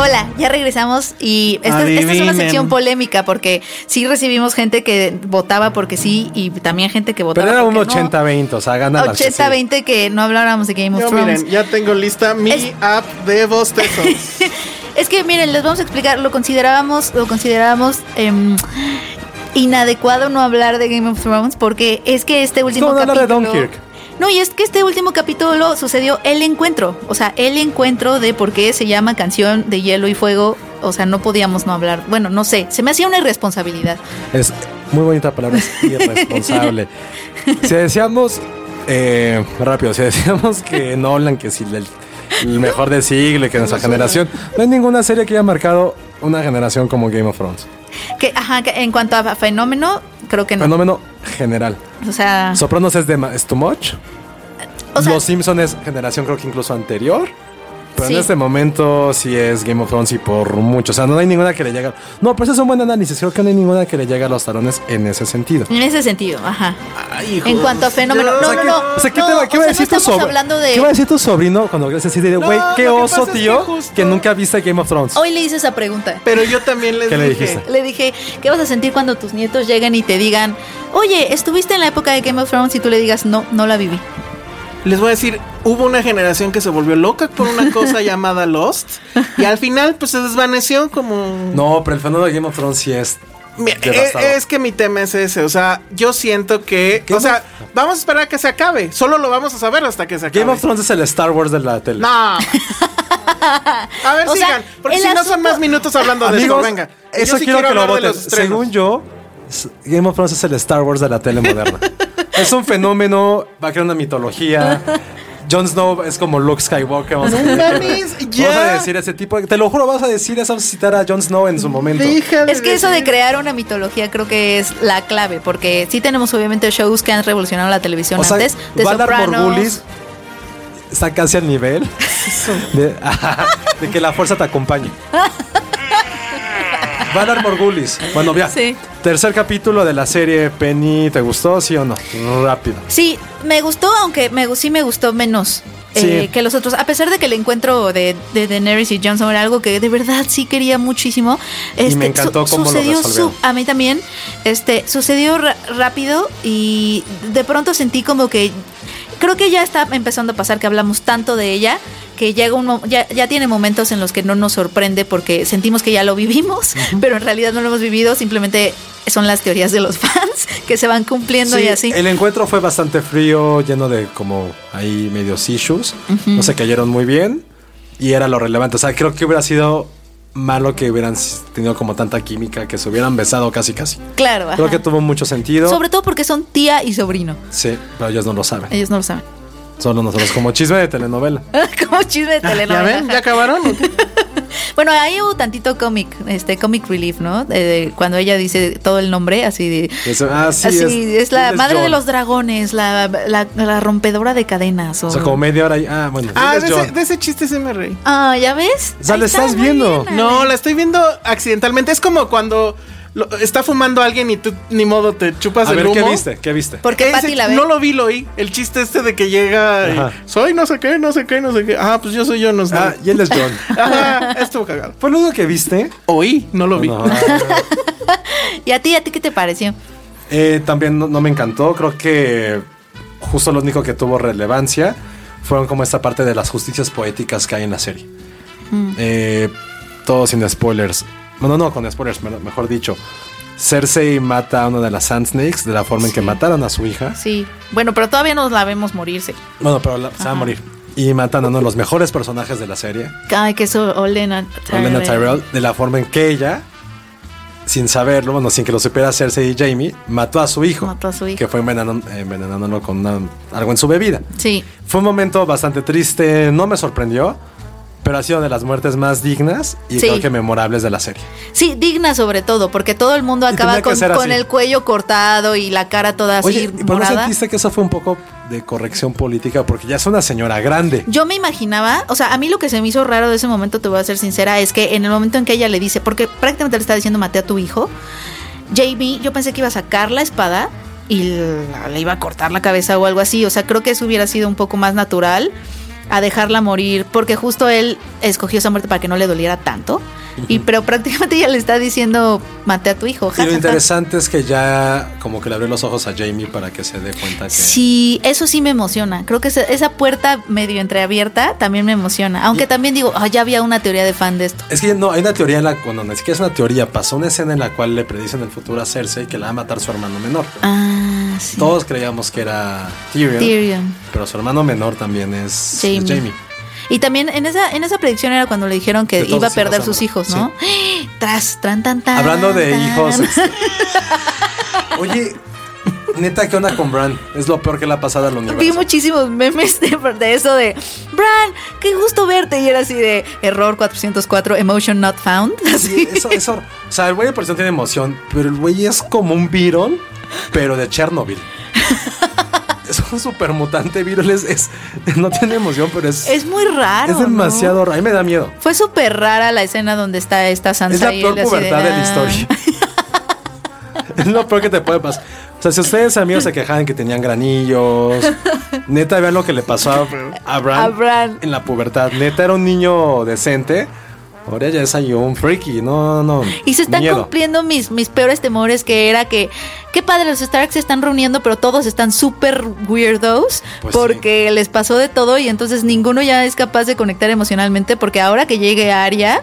D: Hola, ya regresamos y esta, esta es una
C: Adivinen.
D: sección polémica porque sí recibimos gente que votaba porque sí y también gente que votaba
B: Pero era un
D: porque no.
B: 80-20, o sea, gana la
D: 80-20 que no habláramos de Game of
C: Yo,
D: Thrones.
C: miren, ya tengo lista mi
D: Es-
C: app de bostezo.
D: Es que miren, les vamos a explicar, lo considerábamos, lo considerábamos em, inadecuado no hablar de Game of Thrones porque es que este último
B: como no hablar de
D: capítulo
B: Dunkirk.
D: No, y es que este último capítulo sucedió el encuentro, o sea, el encuentro de por qué se llama Canción de Hielo y Fuego, o sea, no podíamos no hablar, bueno, no sé, se me hacía una irresponsabilidad.
B: Es muy bonita palabra, es irresponsable. si decíamos, eh, rápido, si decíamos que Nolan, que si el, el mejor del siglo y que nuestra generación, no hay ninguna serie que haya marcado una generación como Game of Thrones.
D: Que, ajá, que en cuanto a fenómeno, creo que no.
B: Fenómeno general.
D: O sea,
B: Sopranos es, de, es too much.
D: o sea,
B: Los Simpsons es generación creo que incluso anterior. Pero
D: Sí.
B: en este momento sí es Game of Thrones y por mucho. O sea, no hay ninguna que le llegue. No, pero ese es un buen análisis. Creo que no hay ninguna que le llegue a los talones en ese sentido.
D: en ese sentido, ajá.
C: Ay, hijo.
D: En cuanto a fenómeno,
C: Yo-
D: no,
C: o sea,
D: no,
B: ¿Qué-
D: no.
B: o sea, ¿qué,
D: no,
B: te va, qué va
D: o
B: a
D: sea, no
B: decir tu
D: estamos hablando
B: sobrino?
D: de
B: ¿Qué va a decir tu sobrino cuando creces así de, güey,
C: No,
B: qué
C: lo que
B: oso,
C: pasa es que
B: tío,
C: justo-
B: que nunca viste Game of Thrones?
D: Hoy le hice esa pregunta.
C: Pero yo también les
B: ¿Qué le
C: dije.
B: dijiste?
D: Le dije, ¿qué vas a sentir cuando tus nietos lleguen y te digan, oye, estuviste en la época de Game of Thrones y tú le digas, no, no la viví?
C: Les voy a decir, hubo una generación que se volvió loca por una cosa llamada Lost y al final pues se desvaneció como
B: No, pero el fenómeno de Game of Thrones sí es.
C: Mira, es,
B: devastador.
C: es que mi tema es ese, o sea, yo siento que,
B: Game
C: o sea, vamos a esperar a que se acabe, solo lo vamos a saber hasta que se acabe.
B: Game of Thrones es el Star Wars de la tele.
C: No. A ver,
D: O sea,
C: sigan, porque
D: el
C: si no son
D: asunto-
C: más minutos hablando de
B: Amigos,
C: esto, venga. Yo
B: eso
C: sí
B: quiero, que lo
C: hablar de
B: voten.
C: los estrenos.
B: Según yo, s- Game of Thrones es el Star Wars de la tele moderna. es un fenómeno, va a crear una mitología. Jon Snow es como Luke Skywalker. Vamos a,
C: No mames,
B: vamos a
C: ya.
B: decir ese tipo. de- te lo juro, vas a decir, vas a citar a Jon Snow en su momento.
C: Deja
D: Es que eso de
C: decir-
D: crear una mitología creo que es la clave, porque sí tenemos obviamente shows que han revolucionado la televisión
B: O sea,
D: antes, de
B: Valar
D: Sopranos.
B: Morgulis está casi al nivel de, de que la fuerza te acompañe. Valar Morgulis. Bueno, ya.
D: Sí.
B: Tercer capítulo de la serie Penny. ¿Te gustó, sí o no? Rápido.
D: Sí, me gustó, aunque me, gu- sí me gustó menos
B: Sí.
D: eh, que los otros. A pesar de que el encuentro de, de Daenerys y Johnson era algo que de verdad sí quería muchísimo. este,
B: me encantó cómo lo
D: sucedió
B: resolvieron.
D: A mí también. Este, sucedió ra- rápido y de pronto sentí como que... Creo que ya está empezando a pasar que hablamos tanto de ella que llega un mo- ya, ya tiene momentos en los que no nos sorprende porque sentimos que ya lo vivimos, pero en realidad no lo hemos vivido, simplemente son las teorías de los fans que se van cumpliendo
B: Sí,
D: y así.
B: El encuentro fue bastante frío, lleno de como ahí medios issues. No se cayeron muy bien. Y era lo relevante. O sea, creo que hubiera sido malo que hubieran tenido como tanta química, que se hubieran besado casi casi.
D: Claro, ajá.
B: Creo que tuvo mucho sentido.
D: Sobre todo porque son tía y sobrino.
B: Sí, pero ellos no lo saben.
D: Ellos no lo saben.
B: Solo nosotros, como chisme de telenovela.
D: Como chisme de
C: ¿Ya
D: telenovela.
C: ven? ¿Ya acabaron?
D: Bueno, ahí hubo tantito cómic, este comic relief, ¿no? De- de cuando ella dice todo el nombre, así de.
B: Eso, ah, sí,
D: así,
B: es-
D: es, la
B: es
D: madre de
B: John.
D: los dragones, la, la- la rompedora de cadenas.
B: O sea, como media hora. y- Ah, bueno.
C: Ah,
B: eres
C: de ese,
B: John.
C: de ese chiste se me reí.
D: Ah, ¿ya ves?
B: O sea,
D: Ahí
B: la
D: está,
B: estás
D: muy
B: viendo.
D: bien, Ale.
C: No, la estoy viendo accidentalmente. Es como cuando lo- está fumando alguien y tú ni modo te chupas
B: A
C: el
B: ver,
C: humo.
B: ¿qué viste? ¿Qué viste?
D: ¿Por qué
C: Ese-
D: Patty la ve?
C: No lo vi, lo oí. El chiste este de que llega y,
B: Ajá.
C: soy no sé qué, no sé qué, no sé qué. Ah, pues yo soy yo, no sé.
B: Ah, y él es John.
C: Ajá, estuvo cagado.
B: ¿Fue lo único que viste?
C: Oí, no lo vi.
B: No.
D: ¿Y a ti, a ti qué te pareció?
B: Eh, también no, no me encantó. Creo que justo lo único que tuvo relevancia fueron como esta parte de las justicias poéticas que hay en la serie.
D: Mm.
B: Eh, todo sin spoilers. Bueno, no, con spoilers, me- mejor dicho. Cersei mata a una de las Sand Snakes de la forma en que mataron a su hija.
D: Sí. Bueno, pero todavía nos la vemos morirse.
B: Bueno, pero la- se va a morir. Y matan a uno de los mejores personajes de la serie.
D: Ay, que eso, Olena Tyrell.
B: Olena Tyrell, de la forma en que ella, sin saberlo, bueno, sin que lo supiera Cersei y Jamie, mató a su hijo.
D: Mató a su hijo.
B: Que fue envenenan- envenenándolo con una- algo en su bebida.
D: Sí.
B: Fue un momento bastante triste, no me sorprendió, pero ha sido de las muertes más dignas y
D: Sí.
B: creo que memorables de la serie.
D: Sí, digna sobre todo, porque todo el mundo
B: Y tenía
D: acaba
B: que
D: con,
B: ser
D: con
B: así.
D: el cuello cortado y la cara toda así
B: Oye, ¿y ¿por qué
D: morada.
B: sentiste que eso fue un poco de corrección política? Porque ya es una señora grande.
D: Yo me imaginaba, o sea, a mí lo que se me hizo raro de ese momento, te voy a ser sincera, es que en el momento en que ella le dice, porque prácticamente le está diciendo maté a tu hijo, Jamie, yo pensé que iba a sacar la espada y la- le iba a cortar la cabeza o algo así, o sea, creo que eso hubiera sido un poco más natural a dejarla morir, porque justo él escogió esa muerte para que no le doliera tanto, y pero prácticamente ella le está diciendo maté a tu hijo.
B: Y
D: ja,
B: lo
D: ja, ja.
B: interesante es que ya como que le abrió los ojos a Jamie para que se dé cuenta que...
D: Sí, eso sí me emociona. Creo que esa, esa puerta medio entreabierta también me emociona. Aunque también digo, "Ah, ya había una teoría de fan de esto.
B: Es que no, hay una teoría en la cuando ni siquiera es una teoría, pasó una escena en la cual le predicen el futuro a Cersei que la va a matar su hermano menor.
D: Ah, sí.
B: Todos creíamos que era Tyrion,
D: Tyrion.
B: pero su hermano menor también es
D: Jamie.
B: es Jamie.
D: Y también en esa, en esa predicción era cuando le dijeron que
B: De todos
D: iba a
B: los
D: perder
B: hijos,
D: sus hijos, ¿no? Tras, tran, tan, tan.
B: Hablando de
D: tan.
B: hijos. este- Oye, neta, ¿qué onda con Bran? Es lo peor que le ha pasado al universo.
D: Vi muchísimos memes de, de eso de Bran, qué gusto verte. Y era así de error 404, emotion not found. Así.
B: Sí, eso, eso- o sea, el güey de por sí no tiene emoción, pero el güey es como un virón, pero de Chernobyl. es un supermutante virón, es, es- no tiene emoción, pero es...
D: Es muy raro.
B: es
D: ¿no?
B: demasiado raro. A mí me da miedo.
D: Fue súper rara la escena donde está esta Sansa
B: Es la
D: y
B: peor
D: él así de,
B: pubertad de la
D: "Ah".
B: historia. es lo peor que te puede pasar. O sea, si ustedes amigos se quejaban que tenían granillos, neta, vean lo que le pasó a, a Bran
D: A Bran.
B: en la pubertad. Neta, era un niño decente. Ahora ya es ahí un freaky. No, no, no.
D: Y se están
B: Miedo.
D: cumpliendo mis, mis peores temores, que era que, qué padre, los Stark se están reuniendo, pero todos están súper weirdos,
B: Pues
D: porque les pasó de todo y entonces ninguno ya es capaz de conectar emocionalmente, porque ahora que llegue Arya,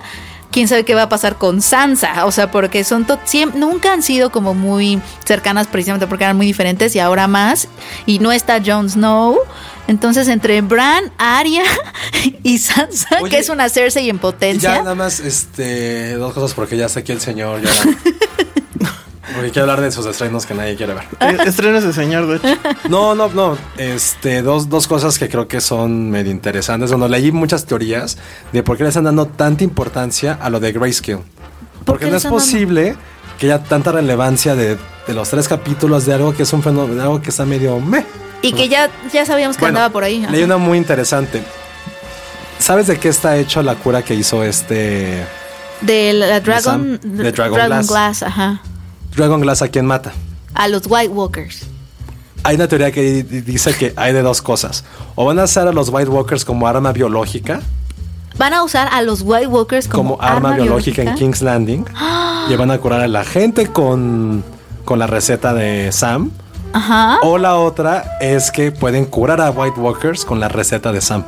D: quién sabe qué va a pasar con Sansa, o sea, porque son to- siem- nunca han sido como muy cercanas precisamente porque eran muy diferentes y ahora más, y no está Jon Snow. Entonces, entre Bran, Arya y Sansa,
B: Oye,
D: que es una Cersei en
B: Y
D: potencia.
B: ya nada más, este, dos cosas porque ya está aquí el señor. Ya, porque quiere hablar de sus estrenos que nadie quiere ver.
C: Eh, Estreno ese señor, de hecho.
B: No, no, no. Este, dos, dos cosas que creo que son medio interesantes. Bueno, leí muchas teorías de por qué le están dando tanta importancia a lo de Grayscale. Porque
D: qué le
B: no es
D: están dando?
B: posible que haya tanta relevancia de, de los tres capítulos de algo que es un fenómeno, algo que está medio meh.
D: Y que ya, ya sabíamos que
B: Bueno,
D: andaba por ahí. ajá.
B: Leí una muy interesante. ¿Sabes de qué está hecho la cura que hizo este
D: De la, la Dragon,
B: Sam, de Dragon Glass.
D: ajá.
B: Dragon Glass a quien mata?
D: A los White Walkers.
B: Hay una teoría que di- dice que hay de dos cosas. O van a usar a los White Walkers como arma biológica,
D: Van a usar a los White Walkers como,
B: como, arma, biológica, en King's Landing. Y van a curar a la gente con, con la receta de Sam.
D: Ajá.
B: O la otra es que pueden curar a White Walkers con la receta de Sam.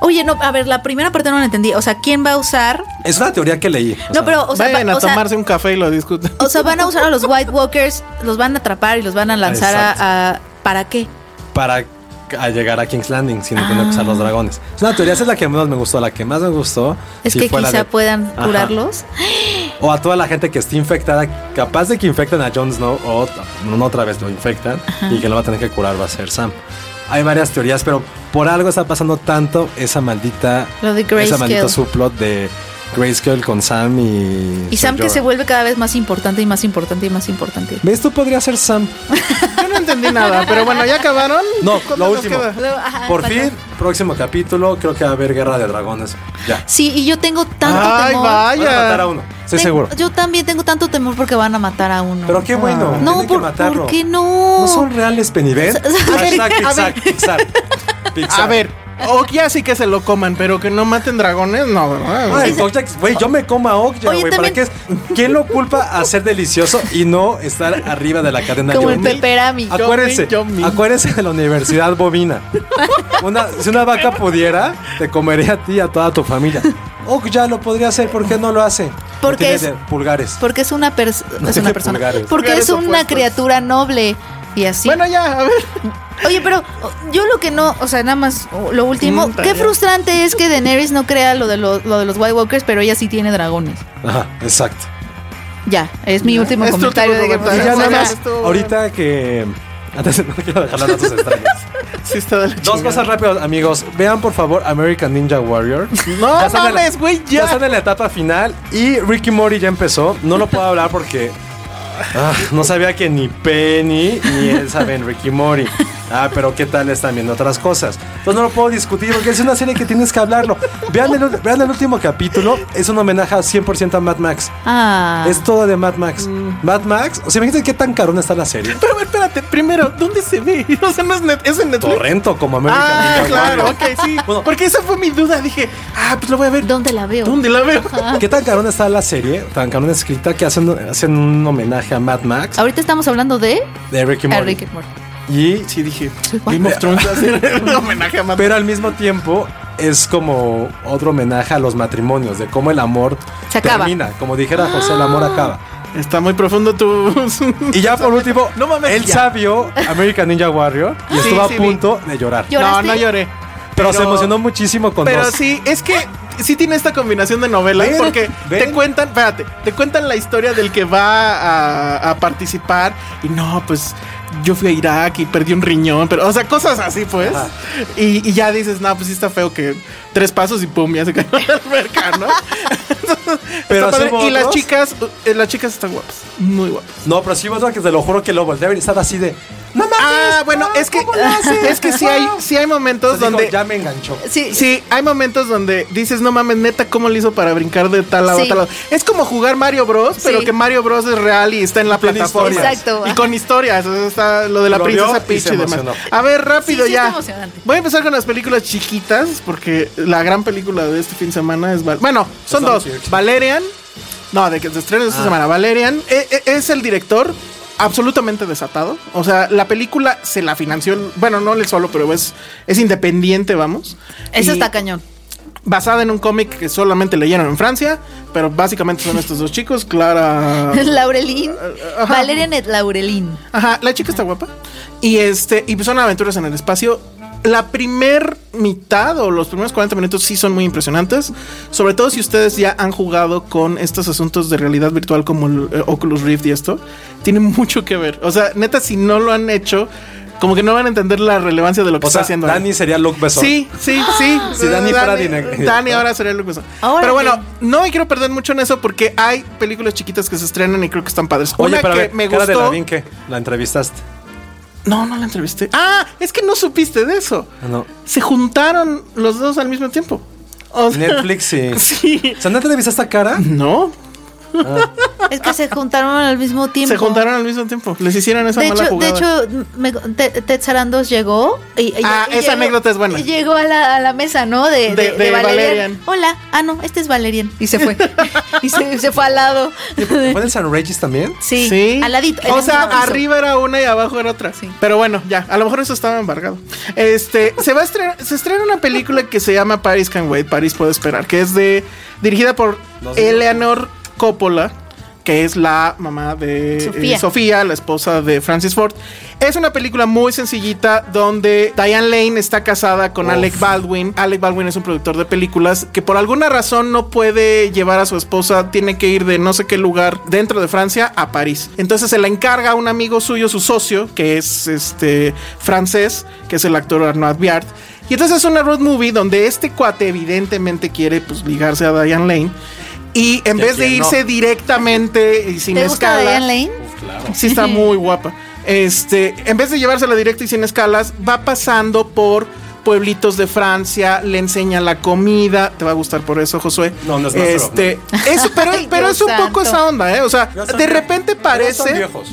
D: Oye, no, a ver, la primera parte no la entendí. O sea, ¿quién va a usar?
B: Es una teoría que leí. o sea,
D: no, pero, o sea,
C: Vayan
D: va-
C: a
D: o sea,
C: tomarse un café y lo discuten.
D: o sea, van a usar a los White Walkers, los van a atrapar y los van a lanzar a-
B: Exacto.
D: a, ¿Para qué?
B: Para a llegar a King's Landing sin tener que usar
D: Ah.
B: los dragones. Es una teoría, esa es la que menos me gustó. La que más me gustó.
D: Es
B: sí
D: que
B: fue la
D: quizá
B: de-
D: puedan
B: Ajá.
D: curarlos.
B: O a toda la gente que esté infectada, capaz de que infecten a Jon Snow o t- no otra vez lo infectan y que lo va a tener que curar va a ser Sam. Hay varias teorías, pero por algo está pasando tanto esa maldita,
D: Lo de
B: esa maldita
D: Grayscale.
B: subplot de Grayscale con Sam y
D: Y Sam que se
B: Jorah.
D: vuelve cada vez más importante y más importante y más importante.
B: ¿Ves? Tú podría ser Sam.
C: Yo no entendí nada, pero bueno, ya acabaron.
B: No,
C: ¿Cuánto
B: lo
C: nos
B: último.
C: queda?
D: Ajá,
B: Por
D: falta.
B: fin, próximo capítulo, creo que va a haber guerra de dragones. Ya.
D: Sí, y yo tengo tanto
C: Ay,
D: temor.
B: Van a matar a uno, estoy
D: Ten-
B: seguro.
D: Yo también tengo tanto temor porque van a matar a uno.
B: Pero qué bueno.
D: no,
B: tienen que
D: por,
B: matarlo.
D: ¿por qué no?
B: No son reales, Penibet.
D: a ver,
B: Hashtag
D: a
B: Pixar,
D: ver.
B: Pixar, Pixar.
C: A ver, o ya sí que se lo coman, pero que no maten dragones, no, ¿verdad?
B: Ay, Okja, güey, yo me como a Okja,
D: Oye,
B: güey. ¿Para
D: también-
B: qué es? ¿Quién lo culpa a ser delicioso y no estar arriba de la cadena
D: Como el
B: Yomi?
D: peperami.
B: Acuérdense,
C: Yomi, Yomi.
B: acuérdense de la universidad bovina. Una- si una vaca pudiera, te comería a ti y a toda tu familia. Okja lo podría hacer, ¿por qué no lo hace?
D: Porque
B: Tiene
D: es-
B: de pulgares.
D: Porque es una, pers- es una persona.
B: Pulgares.
D: Porque es
C: Pulgares
D: una
C: opuestos.
D: criatura noble. Y así.
C: Bueno, ya, a ver.
D: Oye, pero o- yo lo que no, o sea, nada más o- lo último,
C: Mm,
D: qué
C: tarea.
D: frustrante es que Daenerys no crea lo de, lo, lo de los White Walkers, pero ella sí tiene dragones.
B: Ajá, exacto.
D: Ya, es mi último
C: Es tu
D: comentario
C: último
D: de que
B: Y
C: comentario.
B: ya nada
C: Bueno,
D: o sea,
B: más,
C: esto-
B: ahorita que... Antes no quiero dejar hablar a sus extraños.
C: Sí está de la
B: Dos
C: chingada.
B: cosas rápidas, amigos. Vean, por favor, American Ninja Warrior.
C: No
B: Ya están en la-
C: ¡Oh, mames, güey,
B: Ya
C: ya.
B: están en la etapa final y Ricky Mori ya empezó. No lo puedo hablar porque ah, no sabía que ni Penny ni él saben Ricky Mori. Ah, pero qué tal están viendo otras cosas. Entonces no lo puedo discutir porque es una serie que tienes que hablarlo. Vean el, vean el último capítulo, es un homenaje a 100% a Mad Max.
D: Ah,
B: Es todo de Mad Max. Mad Max, o sea, imagínate qué tan carona está la serie.
C: Pero a ver, espérate, primero, ¿dónde se ve? O sea, no es, net, es en Netflix.
B: Torrento como American
C: Ah,
B: Ninja
C: claro,
B: Warrior.
C: ok, Oh, sí. Porque esa fue mi duda. Dije, ah, pues lo voy a ver.
D: ¿dónde la veo?
C: ¿Dónde la veo?
B: ¿Qué tan carona está la serie? Tan carona escrita que hacen, hacen un homenaje a Mad Max
D: Ahorita estamos hablando de
B: de Ricky
D: a
B: Mori.
D: Rick and Morty.
B: Y
C: Sí, dije, Game of Thrones va a hacer un homenaje a Mad
B: Ah, Pero al mismo tiempo es como otro homenaje a los matrimonios, de cómo el amor
D: Se acaba.
B: termina. Como dijera José, el amor acaba.
C: Está muy profundo tu. Este,
B: Y ya por último,
C: No mames,
B: él
C: ya.
B: sabio American Ninja Warrior y
C: Sí,
B: estuvo a
C: sí, vi.
B: punto de llorar.
D: Yo-
C: no,
D: ¿Lloraste?
C: no lloré.
B: pero, se emocionó muchísimo con
C: Pero
B: dos.
C: sí, es que sí tiene esta combinación de novelas
B: Ven,
C: porque
B: ven.
C: te cuentan, espérate, te cuentan la historia del que va a, a participar y no, pues yo fui a Irak y perdí un riñón, pero o sea, cosas así pues. Y, y ya dices, no, pues sí está feo que tres pasos y pum, ya se cayó en la alberca, ¿no? Entonces,
B: Pero
C: está
B: sí
C: padre.
B: hubo
C: y las
B: otros.
C: chicas, eh, las chicas están guapas, muy guapas.
B: No, pero sí, vos que te lo juro que lo volteé a ver y estaba así de. No mames.
C: Ah, bueno,
B: no,
C: es que
B: ¿cómo lo haces?
C: es que sí hay
B: Wow.
C: sí hay momentos
B: Entonces dijo,
C: donde
B: ya me enganchó.
D: Sí,
C: Sí, hay momentos donde dices, no mames, neta, ¿cómo le hizo para brincar de tal lado
D: Sí.
C: a tal lado? Es como jugar Mario Bros, pero
D: Sí.
C: que Mario Bros es real y está en la
B: Tiene
C: plataforma.
B: historias.
D: Exacto.
C: Y con historias. o sea, Está lo de la
B: Lo vio
C: princesa
B: y
C: Peach
B: se
C: y, demás.
B: emocionó.
C: A ver, rápido
D: Sí, sí,
C: ya.
D: está emocionante.
C: Voy a empezar con las películas chiquitas, porque la gran película de este fin de semana es. Val- bueno, son
B: Son Ah.
C: dos.
B: cierto.
C: Valerian. No, de que se estrena esta semana. Valerian eh, eh, es el director absolutamente desatado. O sea, la película se la financió. el- Bueno, no él solo, pero es, es independiente, vamos.
D: eso
C: Y-
D: está cañón.
C: basada en un cómic que solamente leyeron en Francia, pero básicamente son estos dos chicos, Clara...
D: Laurelín,
C: Ah. ajá.
D: Valeria Net Laurelín.
C: Ajá, la chica está guapa. Y este, y pues son aventuras en el espacio. La primer mitad o los primeros 40 minutos sí son muy impresionantes, sobre todo si ustedes ya han jugado con estos asuntos de realidad virtual como el eh, Oculus Rift y esto, tiene mucho que ver. O sea, neta si no lo han hecho, como que no van a entender la relevancia de lo que
B: O
C: está
B: sea,
C: haciendo.
B: Dani sería Luke Besson.
C: Sí, sí, sí.
B: Sí, Dani Pradin.
C: Dani ahora sería Luke Besson.
D: Ahora
C: pero bueno,
D: sí.
C: no me quiero perder mucho en eso porque hay películas chiquitas que se estrenan y creo que están padres.
B: Oye,
C: Una
B: pero a
C: que
B: ver,
C: me
B: Cara de
C: gustó.
B: Lavín, ¿qué? La entrevistaste.
C: No, no la entrevisté. Ah, es que no supiste de eso.
B: Ah, no.
C: Se juntaron los dos al mismo tiempo. O sea,
B: Netflix, sí.
C: Sí.
B: O sea, ¿no entrevistaste a Cara?
C: No,
D: Es que se juntaron al mismo tiempo.
C: se juntaron al mismo tiempo. Les hicieron esa
D: De
C: mala
D: hecho, de
C: jugada.
D: hecho, me- Te- Ted Sarandos llegó y, y-
C: Ah,
D: y
C: esa anécdota es buena.
D: y Llegó a la, a la mesa, ¿no? De,
C: De- de Valerian.
D: Hola, ah, no, este es Valerian. Y se fue. y se, se fue al lado.
B: ¿Fue en San Regis también?
D: Sí, al ladito. en
C: O
D: el
C: sea,
D: mismo piso.
C: arriba era una y abajo era otra.
D: Sí.
C: Pero bueno, ya, a lo mejor eso estaba embargado. Este, se va a estrenar, se estrena una película que se llama Paris Can Wait, Paris puede esperar, que es de dirigida por
B: No sé.
C: Eleanor Coppola, que es la mamá de eh,
D: Sofía.
C: Sofía. la esposa de Francis Ford. Es una película muy sencillita donde Diane Lane está casada con Alec Baldwin. Alec Baldwin es un productor de películas que por alguna razón no puede llevar a su esposa, tiene que ir de no sé qué lugar dentro de Francia a París. Entonces se la encarga a un amigo suyo, su socio, que es este francés, que es el actor Arnaud Biard. Y entonces es una road movie donde este cuate evidentemente quiere pues ligarse a Diane Lane. Y en
B: ¿Y a
C: vez de
B: quién no?
C: irse directamente y sin
D: ¿Te gusta
C: escala.
D: Diane Lane?
C: Sí, está muy guapa. Este, en vez de llevársela directa y sin escalas, va pasando por pueblitos de Francia, le enseña la comida. Te va a gustar por eso, Josué.
B: No, no es nuestro,
C: este, eso, Pero,
D: Ay,
C: pero
D: Dios
C: es un poco
D: santo.
C: esa onda, ¿eh? O sea,
B: Ya son
C: de
B: vie-
C: repente
B: ya son
C: parece.
B: viejos.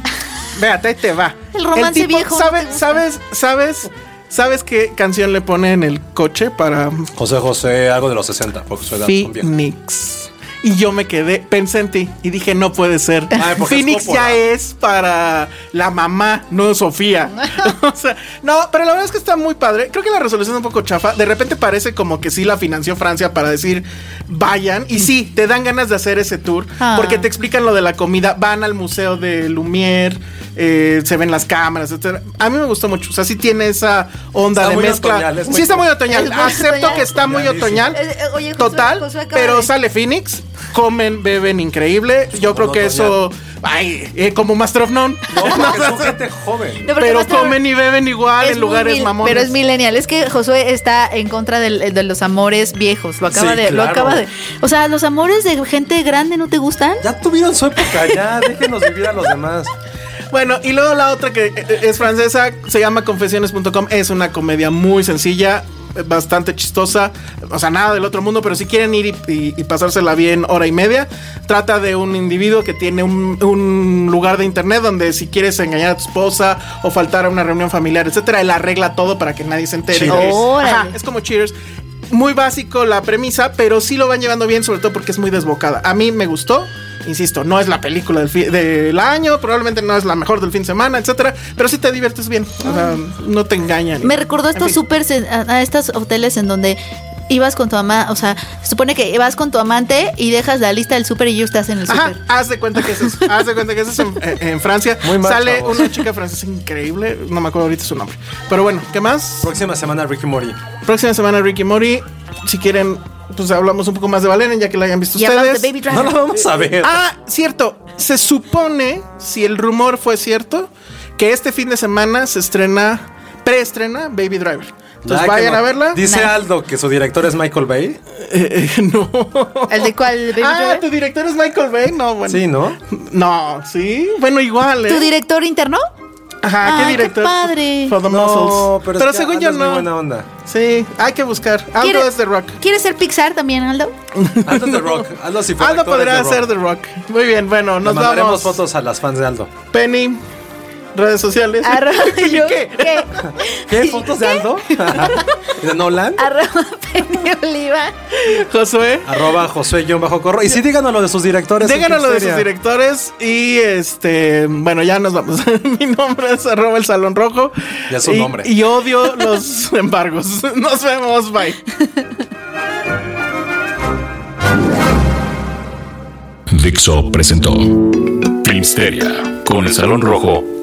C: Véate, ahí te va.
D: El romance
C: tipo
D: viejo no te
C: sabe-
D: gusta.
C: ¿Sabes? ¿Sabes? ¿Sabes qué canción le pone en el coche para
B: José José, algo de los 60, porque su edad son viejos.
C: Phoenix. Y yo me quedé, pensé en ti y dije, no puede ser.
B: Ay, Ah, porque es
C: Phoenix
B: Coppola.
C: ya es para la mamá, no Sofía. o sea, no, pero la verdad es que está muy padre. Creo que la resolución es un poco chafa. De repente parece como que sí la financió Francia para decir, vayan. Y sí, te dan ganas de hacer ese tour
D: Ah.
C: porque te explican lo de la comida. Van al museo de Lumière, eh, se ven las cámaras, etc. A mí me gustó mucho. O sea, sí tiene esa onda
B: Está
C: de
B: muy
C: mezcla.
B: otoñal, es muy-
C: sí, está muy otoñal.
D: Es muy
C: Acepto
D: otoñal.
C: que está muy
B: Otoñalísimo.
C: otoñal.
D: Eh, eh, oye, Josué,
C: total,
D: Josué acaba
C: pero
D: de-
C: sale Phoenix, comen, beben increíble. Yo creo que eso, ay, eh, como Master of None.
B: No, porque son gente joven.
D: No, porque
C: pero
D: Master-
C: comen y beben igual
D: es
C: en
D: muy
C: lugares
D: mil-
C: mamones.
D: Pero es millennial. Es que Josué está en contra del- de los amores viejos. Lo acaba
B: Sí,
D: de. Lo
B: claro.
D: acaba de. O sea, los amores de gente grande no te gustan.
B: Ya tuvieron su época, ya. Déjenos vivir a los demás.
C: Bueno, y luego la otra que eh, es francesa, se llama confesiones.com, es una comedia muy sencilla, eh, bastante chistosa, o sea, nada del otro mundo, pero si quieren ir y, y- y pasársela bien hora y media, trata de un individuo que tiene un, un lugar de internet donde si quieres engañar a tu esposa o faltar a una reunión familiar, etcétera, él arregla todo para que nadie se entere.
D: Cheers. Órale.
C: Ajá, es como Cheers. Muy básico la premisa, pero sí lo van llevando bien, sobre todo porque es muy desbocada. A mí me gustó, insisto, no es la película del, fi- del año, probablemente no es la mejor del fin de semana, etcétera, pero sí te diviertes bien. O sea, no te engañan.
D: Me recordó estos
C: En fin.
D: super a, a estos hoteles en donde ibas con tu amante, o sea, se supone que vas con tu amante y dejas la lista del súper y yo estás en el
C: Ajá,
D: súper.
C: haz de cuenta que es eso. haz de cuenta que es eso en, en- en Francia.
B: Muy mal,
C: Sale
B: chavos.
C: una chica francesa increíble, no me acuerdo ahorita su nombre. Pero bueno, ¿qué más?
B: Próxima semana, Ricky Mori.
C: Próxima semana Ricky Mori, si quieren, pues hablamos un poco más de Valerian ya que la hayan visto
D: Y hablamos
C: ustedes.
D: de Baby Driver.
B: No la vamos a ver.
C: Ah, cierto. Se supone, si el rumor fue cierto, que este fin de semana se estrena, preestrena Baby Driver. Entonces
B: Ay,
C: pues vayan
B: qué
C: a
B: mal.
C: verla.
B: Dice
D: Nice.
B: Aldo que su director es Michael Bay.
C: Eh, eh, no.
D: ¿El de cuál? Baby
C: Ah,
D: Driver?
C: tu director es Michael Bay. No, bueno.
B: Sí, ¿no?
C: No, sí. Bueno, igual. ¿eh?
D: ¿Tu director interno?
C: Ajá,
D: Ay,
C: ¿qué
D: qué
C: director?
D: padre.
C: For the
B: No,
C: muscles.
B: pero,
C: Pero,
B: es que
C: según
B: Aldo
C: yo
B: es muy
C: no.
B: buena onda.
C: Sí, hay que buscar. Aldo
D: ¿Quiere-
C: es The Rock.
D: ¿Quieres ser Pixar también, Aldo?
B: Aldo de Rock. Aldo si fuera
C: Aldo
B: actor, es
C: podría
B: The
C: ser
B: Rock.
C: The Rock. Muy bien, bueno,
B: Le
C: nos
B: mandaremos
C: vamos.
B: fotos a las fans de Aldo.
C: Penny, redes sociales.
D: Arroba
C: ¿Y
D: yo-
C: qué?
D: ¿Qué?
B: ¿Qué? ¿Fotos de Aldo? ¿De Nolan?
D: Arroba Penny Oliva.
C: Josué.
B: Arroba Josué-Corro. Y sí, díganos lo de sus directores. en
C: Díganos lo de sus
B: Filmsteria.
C: directores y este, bueno, ya nos vamos. Mi nombre es arroba el salón rojo.
B: Ya es un
C: Y-
B: nombre.
C: Y odio los embargos. Nos vemos, bye.
A: Dixo presentó Filmsteria con el Salón Rojo